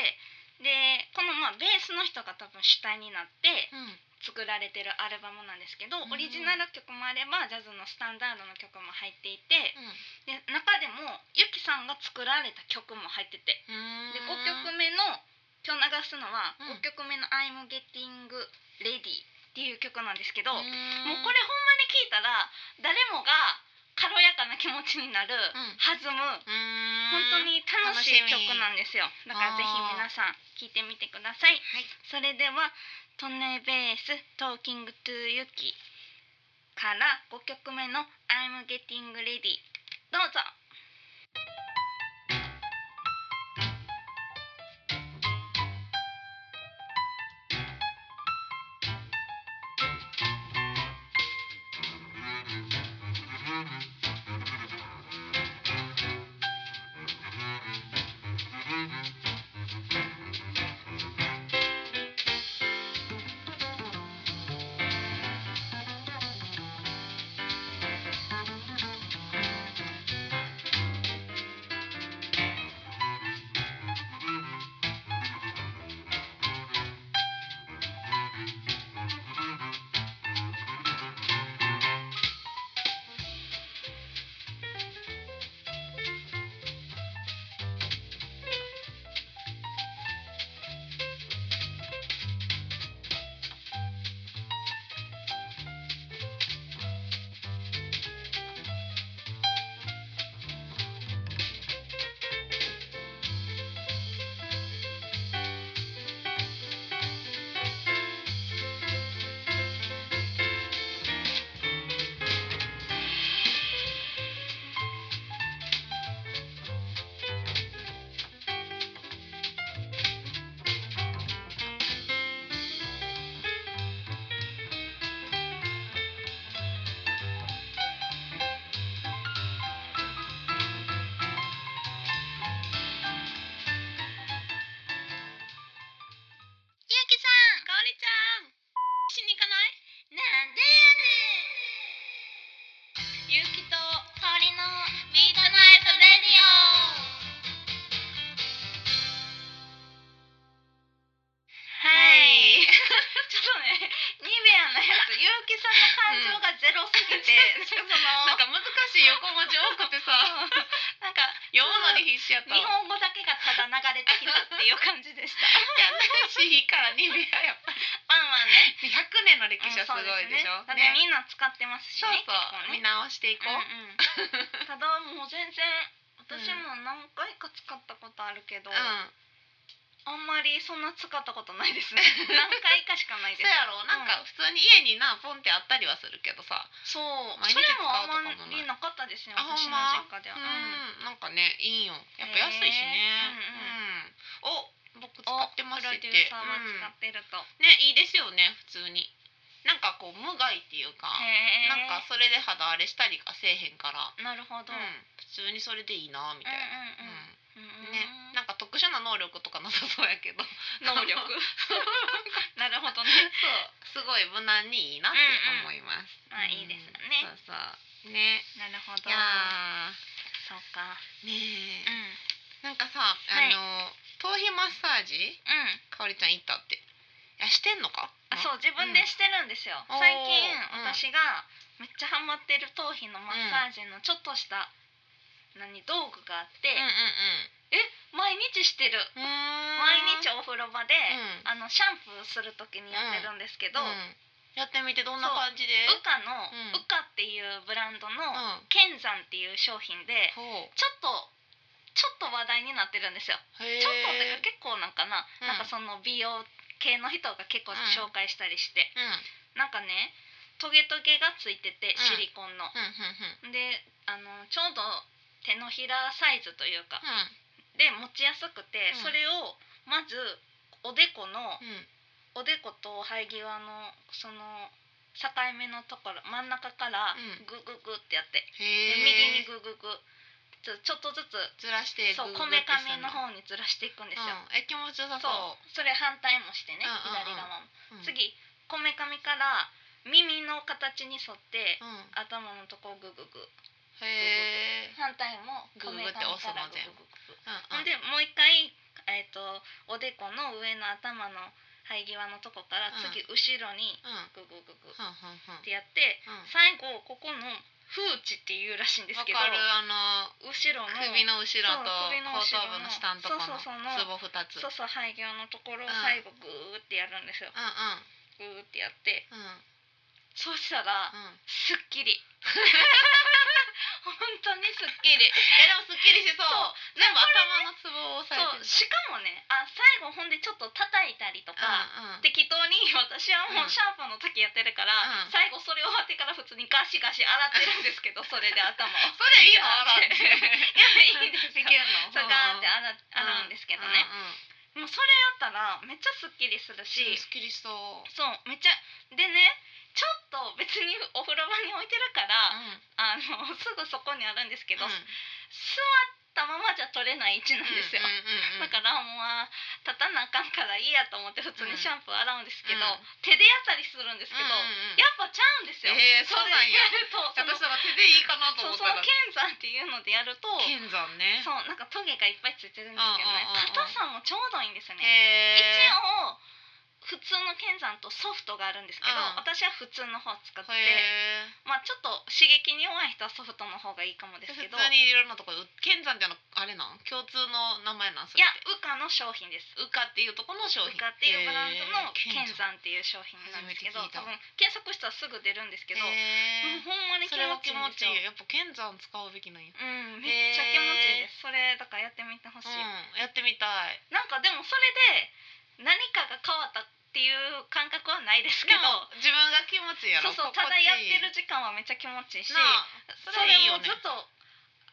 [SPEAKER 1] でこのまあベースの人が多分主体になって
[SPEAKER 2] うん
[SPEAKER 1] 作られてるアルバムなんですけど
[SPEAKER 2] うん
[SPEAKER 1] オリジナル曲もあればジャズのスタンダードの曲も入っていてで中でもユキさんが作られた曲も入ってて
[SPEAKER 2] うん
[SPEAKER 1] で5曲目の今日流すのは5
[SPEAKER 2] うん
[SPEAKER 1] 曲目の「I'm Getting Ready」っっていう曲なんですけど、もう
[SPEAKER 2] も
[SPEAKER 1] これほんまに聞いたら誰もが軽やかな気持ちになる、
[SPEAKER 2] ん
[SPEAKER 1] 弾む本
[SPEAKER 2] 本
[SPEAKER 1] 当に楽しい曲なんですよだからぜひ皆さん聴いてみてください
[SPEAKER 2] はい
[SPEAKER 1] それでは「トネベーストーキングトゥユキ」から5曲目の「I'm Getting Ready」どうぞ
[SPEAKER 2] ゆうきさんかおりちゃんしに行かない
[SPEAKER 1] なんでやねんゆうきと香りのミートナイトレディオはい。 (laughs) ちょっとね、ニベアのやつ、ゆうきさんの感情がゼロすぎ
[SPEAKER 2] (laughs)
[SPEAKER 1] て、その、
[SPEAKER 2] なんか難しい横文字多くてさ
[SPEAKER 1] なんか、
[SPEAKER 2] 読むのに必死やっ
[SPEAKER 1] 日
[SPEAKER 2] たわ
[SPEAKER 1] 本語だけがただ流れてきたっていう感じでした。
[SPEAKER 2] やなしいからニベアやっぱり
[SPEAKER 1] ワンワンね。
[SPEAKER 2] 100年の歴
[SPEAKER 1] うん
[SPEAKER 2] 史はすごいでしょ、
[SPEAKER 1] そうすねだってみんな使ってますし
[SPEAKER 2] そう
[SPEAKER 1] ね。
[SPEAKER 2] そ
[SPEAKER 1] 結
[SPEAKER 2] う、見
[SPEAKER 1] 構ね。
[SPEAKER 2] 直していこう、
[SPEAKER 1] うんうんただもう全然、私も何回か使ったことあるけど、あ
[SPEAKER 2] うん
[SPEAKER 1] んまりそんな使ったことない
[SPEAKER 2] (laughs)
[SPEAKER 1] ですね。何回かしかない
[SPEAKER 2] そ
[SPEAKER 1] で
[SPEAKER 2] うやろなんか普通に家になポンってあったりはするけどさ、
[SPEAKER 1] す。そう
[SPEAKER 2] 毎
[SPEAKER 1] そ
[SPEAKER 2] 日
[SPEAKER 1] れ
[SPEAKER 2] 使うと
[SPEAKER 1] も
[SPEAKER 2] かも
[SPEAKER 1] あ
[SPEAKER 2] ない
[SPEAKER 1] んまりなかったですね。
[SPEAKER 2] あほ
[SPEAKER 1] 私
[SPEAKER 2] ん
[SPEAKER 1] の
[SPEAKER 2] ま
[SPEAKER 1] 実家では。
[SPEAKER 2] うんなんかねいいんよやっぱ安いしね、うんお僕使ってますって
[SPEAKER 1] プロデューサーは
[SPEAKER 2] うん
[SPEAKER 1] 使ってると、
[SPEAKER 2] ねいいですよね普通になんかこう無害っていうか
[SPEAKER 1] へ
[SPEAKER 2] なんかそれで肌荒れしたりがせえへんから、
[SPEAKER 1] なるほ
[SPEAKER 2] う
[SPEAKER 1] ど、
[SPEAKER 2] ん、普通にそれでいいなみたい
[SPEAKER 1] う
[SPEAKER 2] な、
[SPEAKER 1] んうんうん
[SPEAKER 2] う
[SPEAKER 1] うんん
[SPEAKER 2] ねなんか特殊な能力とかなさそうやけど
[SPEAKER 1] (laughs) 能
[SPEAKER 2] (laughs)
[SPEAKER 1] 力なるほどね
[SPEAKER 2] そうすごい無難にいいなって思います、
[SPEAKER 1] うんうんあいいですね
[SPEAKER 2] うんそうそうね
[SPEAKER 1] なるほ
[SPEAKER 2] い
[SPEAKER 1] ど
[SPEAKER 2] や
[SPEAKER 1] そうか
[SPEAKER 2] ーね
[SPEAKER 1] うん
[SPEAKER 2] え、なんかさあ
[SPEAKER 1] い
[SPEAKER 2] の、頭皮マッサージ
[SPEAKER 1] うん
[SPEAKER 2] かおりちゃん行ったっていやしてんのか
[SPEAKER 1] あそう自分でしてるんですよ、
[SPEAKER 2] うん
[SPEAKER 1] 最近
[SPEAKER 2] おーうん
[SPEAKER 1] 私がめっちゃハマってる頭皮のマッサージのちょっとした、何道具があって、
[SPEAKER 2] うんうん
[SPEAKER 1] 毎日してる
[SPEAKER 2] うんうー
[SPEAKER 1] 毎
[SPEAKER 2] ん
[SPEAKER 1] 日お風呂場で、
[SPEAKER 2] うん
[SPEAKER 1] あのシャンプーする時にやってるんですけど、
[SPEAKER 2] うんやってみてどんな感じで
[SPEAKER 1] ウカの、
[SPEAKER 2] うん
[SPEAKER 1] ウカっていうブランドの、
[SPEAKER 2] うん
[SPEAKER 1] ケンザンっていう商品で
[SPEAKER 2] ほう
[SPEAKER 1] ちょっとちょっと話題になってるんですよ。ち
[SPEAKER 2] へー
[SPEAKER 1] ょっとっていうか結構なんかな、なん
[SPEAKER 2] うん
[SPEAKER 1] かその美容系の人が結構紹介したりして、
[SPEAKER 2] うん
[SPEAKER 1] なんかねトゲトゲがついてて
[SPEAKER 2] ん
[SPEAKER 1] シリコンの、
[SPEAKER 2] うんうんうん
[SPEAKER 1] であのちょうど手のひらサイズというか、
[SPEAKER 2] う
[SPEAKER 1] で持ちやすくて、
[SPEAKER 2] うん
[SPEAKER 1] それをまずおでこの
[SPEAKER 2] んうん
[SPEAKER 1] おでこと生え際のその境目のところ真ん中から
[SPEAKER 2] うん
[SPEAKER 1] グググってやって、で
[SPEAKER 2] へ
[SPEAKER 1] 右に
[SPEAKER 2] え
[SPEAKER 1] グググちょちょっとずつ
[SPEAKER 2] ずらして
[SPEAKER 1] そうこ
[SPEAKER 2] グーグ
[SPEAKER 1] め
[SPEAKER 2] ーって
[SPEAKER 1] か
[SPEAKER 2] す
[SPEAKER 1] み
[SPEAKER 2] ん
[SPEAKER 1] の方にずらしていくんですよ、
[SPEAKER 2] うんえ気持ちよさ
[SPEAKER 1] そそ
[SPEAKER 2] そう
[SPEAKER 1] れ反対もしてね、
[SPEAKER 2] う
[SPEAKER 1] 左側も、
[SPEAKER 2] んうんうんう、うん、
[SPEAKER 1] 次こめかみから耳の形に沿って、
[SPEAKER 2] うん
[SPEAKER 1] 頭のとこをグググ
[SPEAKER 2] へえ
[SPEAKER 1] 反対も
[SPEAKER 2] グ
[SPEAKER 1] こ
[SPEAKER 2] グ
[SPEAKER 1] め
[SPEAKER 2] グって
[SPEAKER 1] かみから
[SPEAKER 2] 押すの
[SPEAKER 1] グ
[SPEAKER 2] 全
[SPEAKER 1] グググほ
[SPEAKER 2] うんうん
[SPEAKER 1] でもう一回、えー、とおでこの上の頭の生え際のとこから
[SPEAKER 2] うん
[SPEAKER 1] 次後ろに
[SPEAKER 2] うんうん
[SPEAKER 1] ググググっ
[SPEAKER 2] うんうんうん
[SPEAKER 1] てやって、
[SPEAKER 2] うん
[SPEAKER 1] 最後ここの風地っていうらしいんです
[SPEAKER 2] わ
[SPEAKER 1] けど
[SPEAKER 2] かるあの
[SPEAKER 1] 後ろの
[SPEAKER 2] 首の後ろと
[SPEAKER 1] そう首の後ろの
[SPEAKER 2] 後頭部の下のと
[SPEAKER 1] そう
[SPEAKER 2] ころの
[SPEAKER 1] そうそうのそうそう
[SPEAKER 2] ツボ二つ
[SPEAKER 1] 廃業のところを
[SPEAKER 2] うん
[SPEAKER 1] 最後グーってやるんですよ、
[SPEAKER 2] うんうん
[SPEAKER 1] グーってやって
[SPEAKER 2] うんうん
[SPEAKER 1] そうしたら
[SPEAKER 2] え
[SPEAKER 1] すっきり (laughs) 本当にすっきり
[SPEAKER 2] でもすっきりし
[SPEAKER 1] そ
[SPEAKER 2] そう
[SPEAKER 1] う
[SPEAKER 2] 全部頭のツボを押
[SPEAKER 1] そ
[SPEAKER 2] され
[SPEAKER 1] う
[SPEAKER 2] てる
[SPEAKER 1] しかもねあ最後ほんでちょっと叩いたりとか、
[SPEAKER 2] うんうん
[SPEAKER 1] 適当に私はもううんシャープの時やってるから、
[SPEAKER 2] うん
[SPEAKER 1] 最後それ終わってから普通にガシガシ洗ってるんですけどそれで頭を (laughs)
[SPEAKER 2] それいいの洗って
[SPEAKER 1] いやいいです
[SPEAKER 2] で
[SPEAKER 1] よ
[SPEAKER 2] きるの
[SPEAKER 1] (laughs) そうガーって洗う洗うんですけどね、もうそれやったらめっちゃすっきりするし、
[SPEAKER 2] すっきりしそう
[SPEAKER 1] そうめっちゃでねちょっと別にお風呂場に置いてるから、あの (laughs) すぐそこにあるんですけど、座ったままじゃ取れない位置なんですよ、だ
[SPEAKER 2] だ
[SPEAKER 1] からもうあー立たなあかんからいいやと思って普通にシャンプー洗うんですけど、
[SPEAKER 2] うん
[SPEAKER 1] 手でやったりするんですけど、やっぱちゃうんですよ、
[SPEAKER 2] えーそうなんや
[SPEAKER 1] れるとその
[SPEAKER 2] 私だから手でいいかな
[SPEAKER 1] そ
[SPEAKER 2] と
[SPEAKER 1] う
[SPEAKER 2] 思っ
[SPEAKER 1] そ
[SPEAKER 2] た
[SPEAKER 1] の
[SPEAKER 2] ら
[SPEAKER 1] 剣山っていうのでやると
[SPEAKER 2] 剣山ね
[SPEAKER 1] そうなんかトゲがいっぱいついてるんですけどね
[SPEAKER 2] うんうんうんうん
[SPEAKER 1] 硬さもちょうどいいんですよね、
[SPEAKER 2] へ
[SPEAKER 1] 一
[SPEAKER 2] ー
[SPEAKER 1] 応普通の剣山とソフトがあるんですけど、
[SPEAKER 2] うん
[SPEAKER 1] 私は普通の方を使って、
[SPEAKER 2] へー
[SPEAKER 1] まあちょっと刺激に弱い人はソフトの方がいいかもです
[SPEAKER 2] 普
[SPEAKER 1] け
[SPEAKER 2] 通
[SPEAKER 1] ど
[SPEAKER 2] にいろんなところ剣山ってあのあれなん共通の名前なんそ
[SPEAKER 1] い
[SPEAKER 2] れ
[SPEAKER 1] や
[SPEAKER 2] って
[SPEAKER 1] ウカの商品です
[SPEAKER 2] ウカっていうとこの商
[SPEAKER 1] ウ
[SPEAKER 2] 品
[SPEAKER 1] カっていうブランドの剣
[SPEAKER 2] 剣
[SPEAKER 1] 山っていう商品なんですけど
[SPEAKER 2] 初めて聞いた
[SPEAKER 1] 多分検索したらすぐ出るんですけど、
[SPEAKER 2] へ
[SPEAKER 1] もう
[SPEAKER 2] ー
[SPEAKER 1] ほんまに
[SPEAKER 2] そ
[SPEAKER 1] 気
[SPEAKER 2] れ
[SPEAKER 1] 持
[SPEAKER 2] は
[SPEAKER 1] ち
[SPEAKER 2] 気
[SPEAKER 1] いい
[SPEAKER 2] 持
[SPEAKER 1] んです
[SPEAKER 2] ち
[SPEAKER 1] よ
[SPEAKER 2] いいよやっぱ剣山使うべきなんや
[SPEAKER 1] うんめっちゃ気持ちいいです、それだからやってみてほしい、
[SPEAKER 2] うんやってみたい
[SPEAKER 1] なんかでもそれで何かが変わったっていう感覚はないですけ
[SPEAKER 2] で
[SPEAKER 1] ど
[SPEAKER 2] も自分が気持ちいいや
[SPEAKER 1] そ
[SPEAKER 2] ろ
[SPEAKER 1] うそうただやってる時間はめっちゃ気持ちいいし
[SPEAKER 2] なあ
[SPEAKER 1] そ
[SPEAKER 2] それい
[SPEAKER 1] れ
[SPEAKER 2] いよ
[SPEAKER 1] も
[SPEAKER 2] ね
[SPEAKER 1] ずっと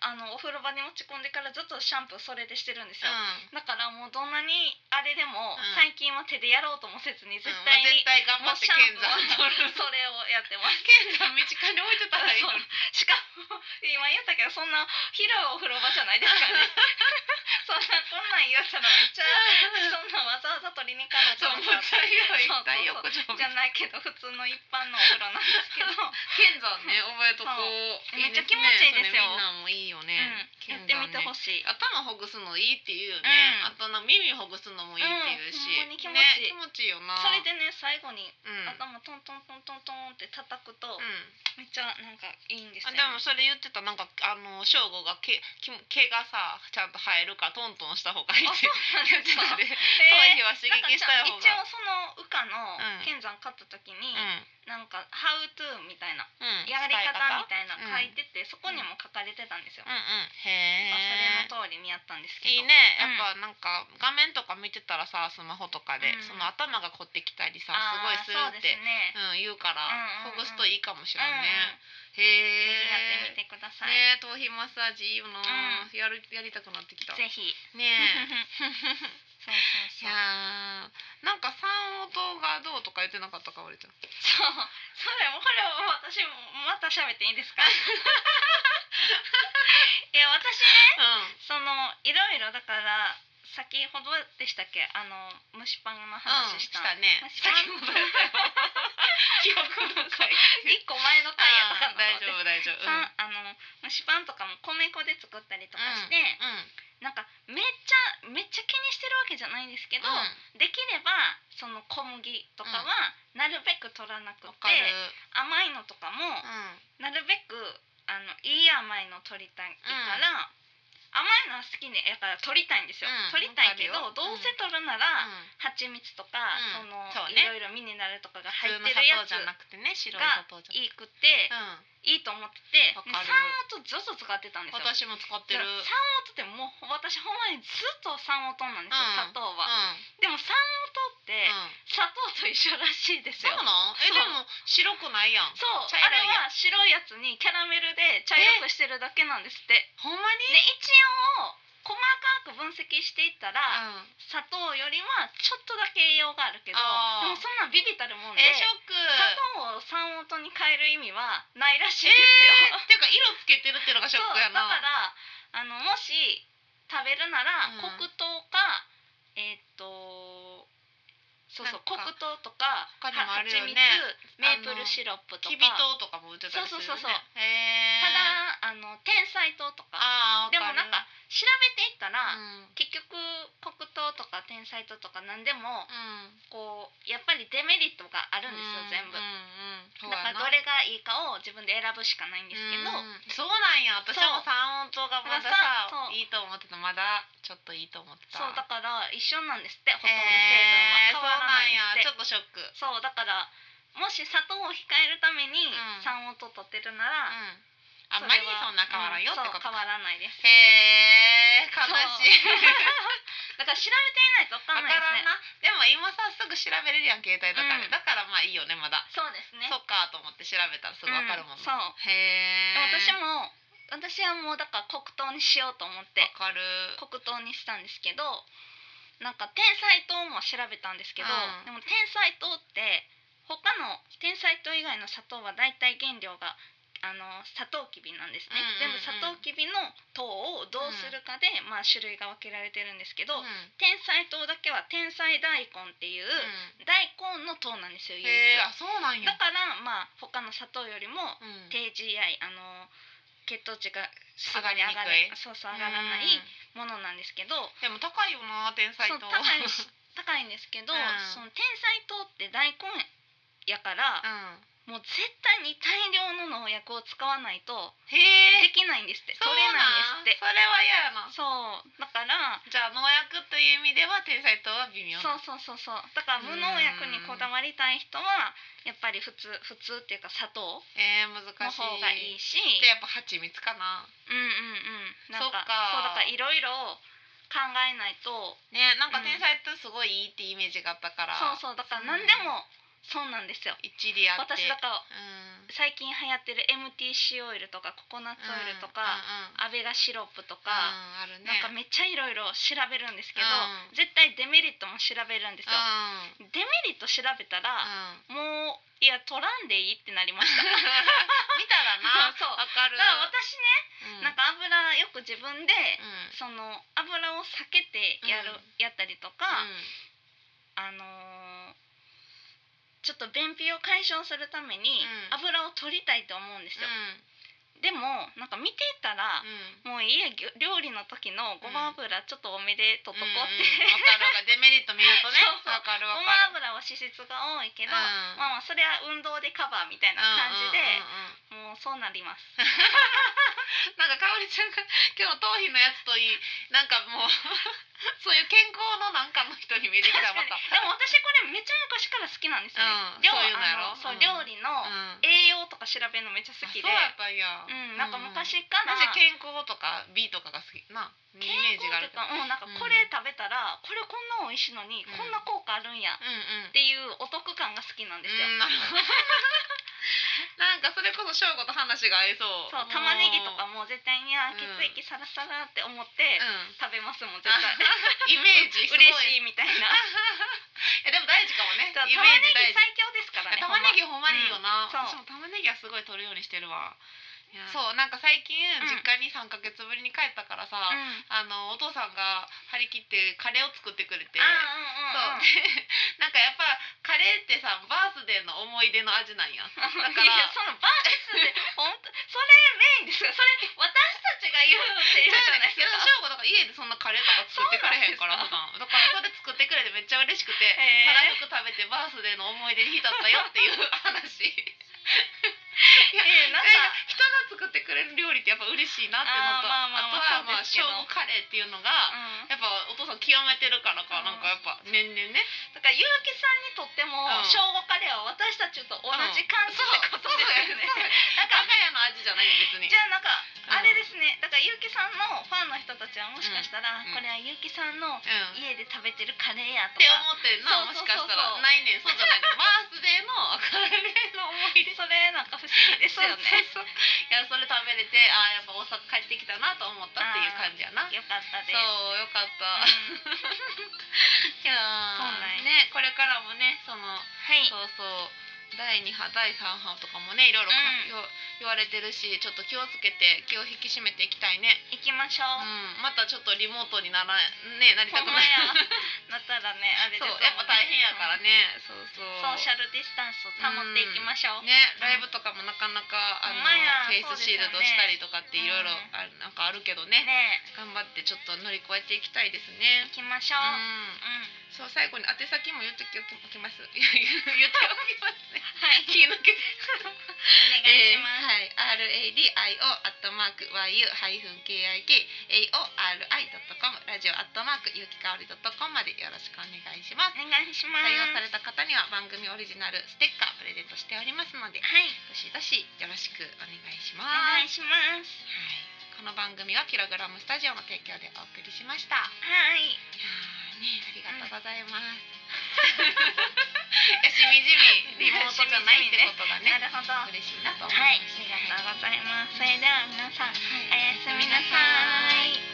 [SPEAKER 1] あのお風呂場に持ち込んでからずっとシャンプーそれでしてるんです
[SPEAKER 2] う
[SPEAKER 1] よ、
[SPEAKER 2] ん
[SPEAKER 1] だからもうどんなにあれでも、
[SPEAKER 2] うん
[SPEAKER 1] 最近は手でやろうともせずに絶
[SPEAKER 2] 絶
[SPEAKER 1] 対に、
[SPEAKER 2] 対頑張
[SPEAKER 1] もう
[SPEAKER 2] って
[SPEAKER 1] シャン
[SPEAKER 2] 剣
[SPEAKER 1] プーは
[SPEAKER 2] 山取
[SPEAKER 1] (laughs)
[SPEAKER 2] る
[SPEAKER 1] それをやってます
[SPEAKER 2] 剣山身近に置いてたらいいのに
[SPEAKER 1] (laughs) しかも今言ったけどそんな広いお風呂場じゃないですから
[SPEAKER 2] (laughs)
[SPEAKER 1] ねそんなこんなん言ったらめっちゃそんなわざわざ取りに行かなき
[SPEAKER 2] そう
[SPEAKER 1] ゃ
[SPEAKER 2] むっちゃ広い一体横丁
[SPEAKER 1] じゃないけど普通の一般のお風呂なんですけど、う
[SPEAKER 2] 剣山ね覚えとこう
[SPEAKER 1] そうめっちゃ気持ちいいですよ
[SPEAKER 2] それみんなもいいよ
[SPEAKER 1] ん、
[SPEAKER 2] (laughs) ね
[SPEAKER 1] やってみてほ
[SPEAKER 2] い
[SPEAKER 1] しい、
[SPEAKER 2] 頭ほぐすのいいって言うよね
[SPEAKER 1] うん
[SPEAKER 2] あとな耳ほぐすのもいいって言うし
[SPEAKER 1] うんほんまに気持ちいい
[SPEAKER 2] ね気持ちいいよな
[SPEAKER 1] それでね最後に
[SPEAKER 2] うん
[SPEAKER 1] 頭トントントントントンって叩くと、
[SPEAKER 2] うん
[SPEAKER 1] めっちゃなんかいいんです
[SPEAKER 2] あ
[SPEAKER 1] よ、
[SPEAKER 2] で
[SPEAKER 1] (laughs)
[SPEAKER 2] もそれ言ってたなんかあの正吾が毛毛毛がさちゃんと生えるからトントンした方がいいって言ってたで、頭皮は刺激したい
[SPEAKER 1] なん
[SPEAKER 2] 方
[SPEAKER 1] かじゃあ
[SPEAKER 2] が
[SPEAKER 1] 一応そのウカの
[SPEAKER 2] うん
[SPEAKER 1] 剣山買った時に、
[SPEAKER 2] うん
[SPEAKER 1] なんか「How to」みたいな
[SPEAKER 2] うん
[SPEAKER 1] やり方みたいな
[SPEAKER 2] うん
[SPEAKER 1] 書いてて、そこにも書かれてたんですよ、
[SPEAKER 2] うんうん
[SPEAKER 1] ま
[SPEAKER 2] へえ
[SPEAKER 1] あそれの通りにやったんですけど
[SPEAKER 2] いいねやっぱなんか画面とか見てたらさスマホとかで、
[SPEAKER 1] うん
[SPEAKER 2] その頭が凝ってきたりさす
[SPEAKER 1] あ
[SPEAKER 2] ごい
[SPEAKER 1] ー
[SPEAKER 2] する
[SPEAKER 1] そう
[SPEAKER 2] っ
[SPEAKER 1] で
[SPEAKER 2] て
[SPEAKER 1] すね、
[SPEAKER 2] うん、言うから、
[SPEAKER 1] うんうんうん
[SPEAKER 2] ほぐすといいかもしれないね、
[SPEAKER 1] う
[SPEAKER 2] へ
[SPEAKER 1] んうんぜひやっ
[SPEAKER 2] え
[SPEAKER 1] てみてください、
[SPEAKER 2] ね頭皮マッサージいいよな、
[SPEAKER 1] う
[SPEAKER 2] やるやりたくなってきたね
[SPEAKER 1] ぜひ
[SPEAKER 2] え
[SPEAKER 1] (laughs) そうそう
[SPEAKER 2] い
[SPEAKER 1] そう
[SPEAKER 2] やーなんか三音がどうとか言ってなかったか俺ちゃん
[SPEAKER 1] そうそれもこれも私もまた喋っていいです
[SPEAKER 2] (laughs)
[SPEAKER 1] かいや私ね
[SPEAKER 2] う
[SPEAKER 1] そのいろいろだから先ほどでしたっけあの蒸しパンの
[SPEAKER 2] ん、
[SPEAKER 1] 話し
[SPEAKER 2] し
[SPEAKER 1] た、
[SPEAKER 2] たね
[SPEAKER 1] 話し
[SPEAKER 2] 先
[SPEAKER 1] た (laughs)
[SPEAKER 2] ほどだよ記憶の回
[SPEAKER 1] 一個前の回やったか
[SPEAKER 2] あー
[SPEAKER 1] な
[SPEAKER 2] 大
[SPEAKER 1] と
[SPEAKER 2] 丈
[SPEAKER 1] 思って
[SPEAKER 2] 夫大丈夫
[SPEAKER 1] さあの蒸しパンとかも米粉で作ったりとかして、
[SPEAKER 2] うんうん
[SPEAKER 1] なんかめっちゃめっちゃ気にしてるわけじゃないんですけど、
[SPEAKER 2] う
[SPEAKER 1] できればその小麦とかはなるべく取らなく
[SPEAKER 2] わ
[SPEAKER 1] て、
[SPEAKER 2] かる
[SPEAKER 1] 甘いのとか
[SPEAKER 2] う
[SPEAKER 1] も
[SPEAKER 2] ん
[SPEAKER 1] なるべくあのいい甘いの取りたいから、甘いのは好きでやから取りたいんですよ、
[SPEAKER 2] うん
[SPEAKER 1] 取りたいけ
[SPEAKER 2] わ
[SPEAKER 1] ど
[SPEAKER 2] かる
[SPEAKER 1] ど
[SPEAKER 2] よ
[SPEAKER 1] うせ取るなら、
[SPEAKER 2] うん
[SPEAKER 1] 蜂蜜とか、
[SPEAKER 2] うん
[SPEAKER 1] その
[SPEAKER 2] そう
[SPEAKER 1] い
[SPEAKER 2] ね
[SPEAKER 1] ろいろミネラルとかが入
[SPEAKER 2] 普
[SPEAKER 1] っ
[SPEAKER 2] 通の
[SPEAKER 1] てるや
[SPEAKER 2] 砂糖
[SPEAKER 1] つ
[SPEAKER 2] じゃなくてね白い砂
[SPEAKER 1] が
[SPEAKER 2] 糖じゃ
[SPEAKER 1] いいくて、
[SPEAKER 2] なくて
[SPEAKER 1] いいと思ってて
[SPEAKER 2] わ
[SPEAKER 1] で
[SPEAKER 2] かる
[SPEAKER 1] 三音ずっと使ってたんです
[SPEAKER 2] うん
[SPEAKER 1] よ。
[SPEAKER 2] 私も使ってる
[SPEAKER 1] 三
[SPEAKER 2] うん
[SPEAKER 1] 音ってもう私ほんまにずっと三音なんですよ、
[SPEAKER 2] うん
[SPEAKER 1] 砂糖
[SPEAKER 2] う
[SPEAKER 1] は、
[SPEAKER 2] ん
[SPEAKER 1] でも三音って砂糖と一緒らしいです
[SPEAKER 2] そう
[SPEAKER 1] よ
[SPEAKER 2] な
[SPEAKER 1] そうん
[SPEAKER 2] え
[SPEAKER 1] そう
[SPEAKER 2] でも白くないやん茶
[SPEAKER 1] あ
[SPEAKER 2] 色
[SPEAKER 1] れ
[SPEAKER 2] いやん
[SPEAKER 1] は白いやつにキャラメルで茶色くしてるだけなんですって
[SPEAKER 2] ほんま
[SPEAKER 1] で
[SPEAKER 2] に
[SPEAKER 1] 一応細かく分析していったら、
[SPEAKER 2] うん
[SPEAKER 1] 砂糖よりはちょっとだけ栄養があるけど
[SPEAKER 2] あー
[SPEAKER 1] でもそんなんビビたるもんで、
[SPEAKER 2] えショック
[SPEAKER 1] 砂糖を三音に変える意味はないらしい
[SPEAKER 2] え
[SPEAKER 1] ですよ、
[SPEAKER 2] ーっていうか色つけてるっていうのが
[SPEAKER 1] (laughs)
[SPEAKER 2] シ
[SPEAKER 1] そ
[SPEAKER 2] ョ
[SPEAKER 1] う
[SPEAKER 2] ックや
[SPEAKER 1] だ
[SPEAKER 2] な
[SPEAKER 1] からあのもし食べるなら、
[SPEAKER 2] うん
[SPEAKER 1] 黒糖かえーっとそうそう
[SPEAKER 2] なん
[SPEAKER 1] 黒
[SPEAKER 2] か
[SPEAKER 1] 糖とか
[SPEAKER 2] 他にもあるよね
[SPEAKER 1] は蜂蜜メープルシロップとか
[SPEAKER 2] きび糖とかも売ってたりする
[SPEAKER 1] そうそうそ
[SPEAKER 2] よね
[SPEAKER 1] うそう
[SPEAKER 2] へ
[SPEAKER 1] ただあ
[SPEAKER 2] え
[SPEAKER 1] の天才糖とか
[SPEAKER 2] あー
[SPEAKER 1] でも
[SPEAKER 2] わ
[SPEAKER 1] なんか調べていった
[SPEAKER 2] る
[SPEAKER 1] ら、結局黒糖とか天才糖とか何でも
[SPEAKER 2] うんうん
[SPEAKER 1] こうやっぱりデメリットがあるんですよ、全部、
[SPEAKER 2] うんうんうんそう
[SPEAKER 1] だかからどれがいいかを自分で選ぶしかないんですけど、
[SPEAKER 2] うんそうなんや私はもう三音とがまだ
[SPEAKER 1] そうそう
[SPEAKER 2] さいいと思ってたまだちょっといいと思ってた
[SPEAKER 1] そうだから一緒なんですってほとんど成
[SPEAKER 2] えー、
[SPEAKER 1] 分
[SPEAKER 2] そう
[SPEAKER 1] は変わらな
[SPEAKER 2] なん
[SPEAKER 1] いん
[SPEAKER 2] や
[SPEAKER 1] ですって、
[SPEAKER 2] ちょっとショック、う
[SPEAKER 1] そうだからもし砂糖を控えるために
[SPEAKER 2] うん
[SPEAKER 1] 三音と立てるなら、
[SPEAKER 2] ん、あんまりそんな変わらんよってこ
[SPEAKER 1] そ
[SPEAKER 2] と
[SPEAKER 1] う変わらないです
[SPEAKER 2] へえ悲しい
[SPEAKER 1] だから調べていないと
[SPEAKER 2] わ
[SPEAKER 1] 分かん
[SPEAKER 2] か
[SPEAKER 1] ない
[SPEAKER 2] らん
[SPEAKER 1] ですね
[SPEAKER 2] なでも今さすぐ調べれるやん携帯とかで、
[SPEAKER 1] うん
[SPEAKER 2] だからまあいいよねまだ、
[SPEAKER 1] そうですね
[SPEAKER 2] そっかと思って調べたらすぐわかるもん
[SPEAKER 1] うんそ
[SPEAKER 2] ね、
[SPEAKER 1] うでも
[SPEAKER 2] へえ
[SPEAKER 1] 私も私はもうだから黒糖にしようと思って
[SPEAKER 2] わかる
[SPEAKER 1] 黒糖にしたんですけどなんか天才糖も調べたんですけど、
[SPEAKER 2] う
[SPEAKER 1] で
[SPEAKER 2] ん
[SPEAKER 1] も天才糖って他の天才糖以外の砂糖はだいたい原料があのサトウキビなんですね、
[SPEAKER 2] うんうんうん
[SPEAKER 1] 全部サトウキビの糖をどうするかで、まあ種類が分けられてるんですけど、
[SPEAKER 2] うん
[SPEAKER 1] 天才糖だけは天才大根っていう、
[SPEAKER 2] うん
[SPEAKER 1] 大根の糖なんですよ唯一
[SPEAKER 2] へえあそうなんや
[SPEAKER 1] だからまあ他の砂糖よりも
[SPEAKER 2] うん
[SPEAKER 1] 低 GI あの血糖値がすぐ
[SPEAKER 2] 上が
[SPEAKER 1] に
[SPEAKER 2] り
[SPEAKER 1] 上がれ
[SPEAKER 2] にくい
[SPEAKER 1] そうそう上がらない
[SPEAKER 2] うん
[SPEAKER 1] ものなんですけど、
[SPEAKER 2] でも高いよな天才
[SPEAKER 1] そう
[SPEAKER 2] 糖
[SPEAKER 1] 高い
[SPEAKER 2] (laughs)
[SPEAKER 1] し高いんですけど、
[SPEAKER 2] うん
[SPEAKER 1] その天才糖って大根やから、
[SPEAKER 2] うん
[SPEAKER 1] もう絶対に大量の農薬を使わないと
[SPEAKER 2] へえ
[SPEAKER 1] できないんですって、
[SPEAKER 2] そ
[SPEAKER 1] 取
[SPEAKER 2] う
[SPEAKER 1] れないん
[SPEAKER 2] ん
[SPEAKER 1] ですって
[SPEAKER 2] それは嫌やな
[SPEAKER 1] そうだから
[SPEAKER 2] じゃあ農薬という意味では天才糖は微妙
[SPEAKER 1] そうそうそうそうだから無農薬にこだわりたい人はやっぱり普通普通っていうか砂糖
[SPEAKER 2] えー、難しい
[SPEAKER 1] の方がいいし
[SPEAKER 2] でやっぱ蜂蜜かな
[SPEAKER 1] うんうんうんなんか
[SPEAKER 2] そっか
[SPEAKER 1] そうだからいろいろ考えないと
[SPEAKER 2] ねなん
[SPEAKER 1] う
[SPEAKER 2] か
[SPEAKER 1] ん
[SPEAKER 2] 天才糖すごいいいってイメージがあったから、
[SPEAKER 1] そうそうだから何でもそうなんですよ
[SPEAKER 2] 一理あって
[SPEAKER 1] 私だから
[SPEAKER 2] うん
[SPEAKER 1] 最近流行ってる MTC オイルとかココナッツオイルとか、
[SPEAKER 2] う
[SPEAKER 1] ア
[SPEAKER 2] んうんうん、あ
[SPEAKER 1] ベガシロップとか、
[SPEAKER 2] あるね
[SPEAKER 1] なんかめっちゃいろいろ調べるんですけど、
[SPEAKER 2] うん
[SPEAKER 1] 絶対デメリットも調べるんですよ、
[SPEAKER 2] うん
[SPEAKER 1] デメリット調べたら、
[SPEAKER 2] うん
[SPEAKER 1] もういや取らんでいいってなりま
[SPEAKER 2] (laughs)
[SPEAKER 1] しただか
[SPEAKER 2] 見たらな
[SPEAKER 1] そう
[SPEAKER 2] わかる
[SPEAKER 1] ら私
[SPEAKER 2] うん
[SPEAKER 1] ね、なんか油よく自分で、
[SPEAKER 2] うん
[SPEAKER 1] その油を避けてやる、
[SPEAKER 2] うん
[SPEAKER 1] やったりと
[SPEAKER 2] う
[SPEAKER 1] か、
[SPEAKER 2] ん
[SPEAKER 1] あのーちょっと便秘を解消するために
[SPEAKER 2] うん
[SPEAKER 1] 油を取りたいと思うんですよ、でもなんか見ていたら
[SPEAKER 2] う、ん
[SPEAKER 1] もういいやぎょ料理の時のごま油ちょっとおめでとっとこうって、
[SPEAKER 2] うんうんわかるわかるデメリット見るとね
[SPEAKER 1] そうそう
[SPEAKER 2] わかるわ
[SPEAKER 1] ごま
[SPEAKER 2] かる
[SPEAKER 1] 油は脂質が多いけど、
[SPEAKER 2] うん
[SPEAKER 1] まあまあそれは運動でカバーみたいな感じで、
[SPEAKER 2] うんうんうんうん
[SPEAKER 1] もうそうなります
[SPEAKER 2] なんかかおりちゃんが今日頭皮のやつといいなんかもう (laughs) そういう健康のなんかの人に見えてきたま
[SPEAKER 1] 確か
[SPEAKER 2] た
[SPEAKER 1] にでも私これめっちゃ昔から好きなんですよね、
[SPEAKER 2] うん
[SPEAKER 1] 料
[SPEAKER 2] そういうのやろ
[SPEAKER 1] あのそう
[SPEAKER 2] うん
[SPEAKER 1] 料理の
[SPEAKER 2] うん
[SPEAKER 1] 栄養とか調べるのめっちゃ好きで、
[SPEAKER 2] あそうやったんや
[SPEAKER 1] うん、なんか昔
[SPEAKER 2] うん
[SPEAKER 1] から、
[SPEAKER 2] 私健康とか美とかが好きなイ
[SPEAKER 1] 健
[SPEAKER 2] メージ
[SPEAKER 1] 康
[SPEAKER 2] があ
[SPEAKER 1] と
[SPEAKER 2] る
[SPEAKER 1] か、うん、なんか
[SPEAKER 2] うん
[SPEAKER 1] これ食べたら、これこんな美味しいのに、
[SPEAKER 2] うん
[SPEAKER 1] こんな効果あるんやっ
[SPEAKER 2] うんうん
[SPEAKER 1] ていうお得感が好きなんですよ、
[SPEAKER 2] うんなるほど (laughs) なんかそれこそ翔吾と話が合いそう
[SPEAKER 1] そう玉ねぎとかも
[SPEAKER 2] も
[SPEAKER 1] う絶対にあー血
[SPEAKER 2] うん
[SPEAKER 1] 液サラサラって思っ
[SPEAKER 2] う
[SPEAKER 1] て
[SPEAKER 2] ん
[SPEAKER 1] 食べますもん絶
[SPEAKER 2] (laughs)
[SPEAKER 1] 対、
[SPEAKER 2] イメージ (laughs) すご
[SPEAKER 1] 嬉し
[SPEAKER 2] いい
[SPEAKER 1] いみたいな
[SPEAKER 2] やでも大事かもね
[SPEAKER 1] 玉ね
[SPEAKER 2] イ
[SPEAKER 1] ぎ
[SPEAKER 2] メージ大
[SPEAKER 1] 最
[SPEAKER 2] 事
[SPEAKER 1] 強ですからね
[SPEAKER 2] 玉ねぎほんまにいいよな、
[SPEAKER 1] うん
[SPEAKER 2] 私
[SPEAKER 1] そう
[SPEAKER 2] も玉ねぎはすごい取るようにしてるわ
[SPEAKER 1] いや
[SPEAKER 2] そうなんか最近
[SPEAKER 1] ん
[SPEAKER 2] 実家に3ヶ月ぶりに帰ったから
[SPEAKER 1] ほんま
[SPEAKER 2] さ、あのお父さんが張り切ってカレーを作ってくれて
[SPEAKER 1] うん、あーうんうんうん
[SPEAKER 2] そう (laughs) なんかやっぱカレーってさバースデーの思い出の味なん (laughs) やだから
[SPEAKER 1] いやそのバースで本当それメインですよそれ私たちが言うっていうじゃないです
[SPEAKER 2] いや
[SPEAKER 1] か
[SPEAKER 2] 翔吾だから家でそんなカレーとか作ってくれへんから
[SPEAKER 1] そう
[SPEAKER 2] 普段だからそれ作ってくれてめっちゃ嬉しくて、
[SPEAKER 1] へー
[SPEAKER 2] ただよく食べてバースデーの思い出に浸ったよっていう話いや
[SPEAKER 1] ええなんか
[SPEAKER 2] 人が作ってくれる料理ってやっぱ嬉しいなってのと
[SPEAKER 1] あーまあまあまあ
[SPEAKER 2] あとはまあ
[SPEAKER 1] そうですけ
[SPEAKER 2] 翔
[SPEAKER 1] ど
[SPEAKER 2] 吾カレーっていうのが、
[SPEAKER 1] うん
[SPEAKER 2] やっぱお父さん極めてるからかなんかやっぱ年々ね
[SPEAKER 1] だから結城さんにとっても
[SPEAKER 2] うん
[SPEAKER 1] 小五カレーは私たちと同じ感想ってこと
[SPEAKER 2] そう
[SPEAKER 1] ですよね。
[SPEAKER 2] だから赤屋の味じゃないよ別に
[SPEAKER 1] じゃあなんか
[SPEAKER 2] うん
[SPEAKER 1] あれですね、だから結城さんのファンの人たちはもしかしたら、
[SPEAKER 2] うん
[SPEAKER 1] これは結城さんの
[SPEAKER 2] うん
[SPEAKER 1] 家で食べてるカレーや
[SPEAKER 2] っ
[SPEAKER 1] と
[SPEAKER 2] て
[SPEAKER 1] か、
[SPEAKER 2] 思ってんなも
[SPEAKER 1] そう
[SPEAKER 2] し
[SPEAKER 1] そう
[SPEAKER 2] か
[SPEAKER 1] そうそう
[SPEAKER 2] したらないねんそうじゃないバースデーのカレーの思い出
[SPEAKER 1] それなんか不思議ですよね。
[SPEAKER 2] そうそうそういやそれ食べれてあーやっぱ大阪帰ってきたなと思ったっていう感じやなそう
[SPEAKER 1] よかったです。
[SPEAKER 2] よかった、
[SPEAKER 1] うん
[SPEAKER 2] いや
[SPEAKER 1] そ
[SPEAKER 2] ー
[SPEAKER 1] うなんや
[SPEAKER 2] ねこれからもねその
[SPEAKER 1] はい、
[SPEAKER 2] そうそう第2波第3波とかもねいろいろか
[SPEAKER 1] うん
[SPEAKER 2] よ言われてるしちょっと気をつけて気を引き締めていきたいね、
[SPEAKER 1] 行きましょ
[SPEAKER 2] う
[SPEAKER 1] う。
[SPEAKER 2] ん、またちょっとリモートにならねなりた
[SPEAKER 1] ほん
[SPEAKER 2] く
[SPEAKER 1] ま
[SPEAKER 2] ない
[SPEAKER 1] や、なったらね、あれです
[SPEAKER 2] (laughs) そう
[SPEAKER 1] もんね
[SPEAKER 2] やっぱ大変やから
[SPEAKER 1] うん
[SPEAKER 2] ね、そうそう
[SPEAKER 1] ソーシャルディスタンスを保っていきましょう。
[SPEAKER 2] ねライブとかもなかなか、
[SPEAKER 1] ほんまや
[SPEAKER 2] あのフェイスシールドしたりとかっていろいろ
[SPEAKER 1] そうです
[SPEAKER 2] あるなんかあるけどね
[SPEAKER 1] ね
[SPEAKER 2] 頑張ってちょっと乗り越えていきたいです
[SPEAKER 1] 行
[SPEAKER 2] ね
[SPEAKER 1] きましょ
[SPEAKER 2] う
[SPEAKER 1] う。うんん、
[SPEAKER 2] そう最 (laughs) 後に宛先も言っておきます言っておきます
[SPEAKER 1] はい。
[SPEAKER 2] 気抜け (laughs) radio.yukikaori.com ラジオ .yukikaori.com までよろしくお願いします
[SPEAKER 1] お願いします。
[SPEAKER 2] 採用された方には番組オリジナルステッカープレゼントしておりますので
[SPEAKER 1] はい、
[SPEAKER 2] どしどしよろしくお願いしま
[SPEAKER 1] お願い
[SPEAKER 2] す
[SPEAKER 1] します。
[SPEAKER 2] はいこの番組はキログラムスタジオの提供でお送りしましたい
[SPEAKER 1] はい、
[SPEAKER 2] やーねありがとうござい (laughs) ます、いやしみじみリモートじゃないってこと
[SPEAKER 1] な
[SPEAKER 2] が (laughs) ね
[SPEAKER 1] るほど。はい、あり
[SPEAKER 2] 嬉しいなと思いま
[SPEAKER 1] がとうご
[SPEAKER 2] す
[SPEAKER 1] ざいます。それでは皆さん、
[SPEAKER 2] はい
[SPEAKER 1] おやすみなさい。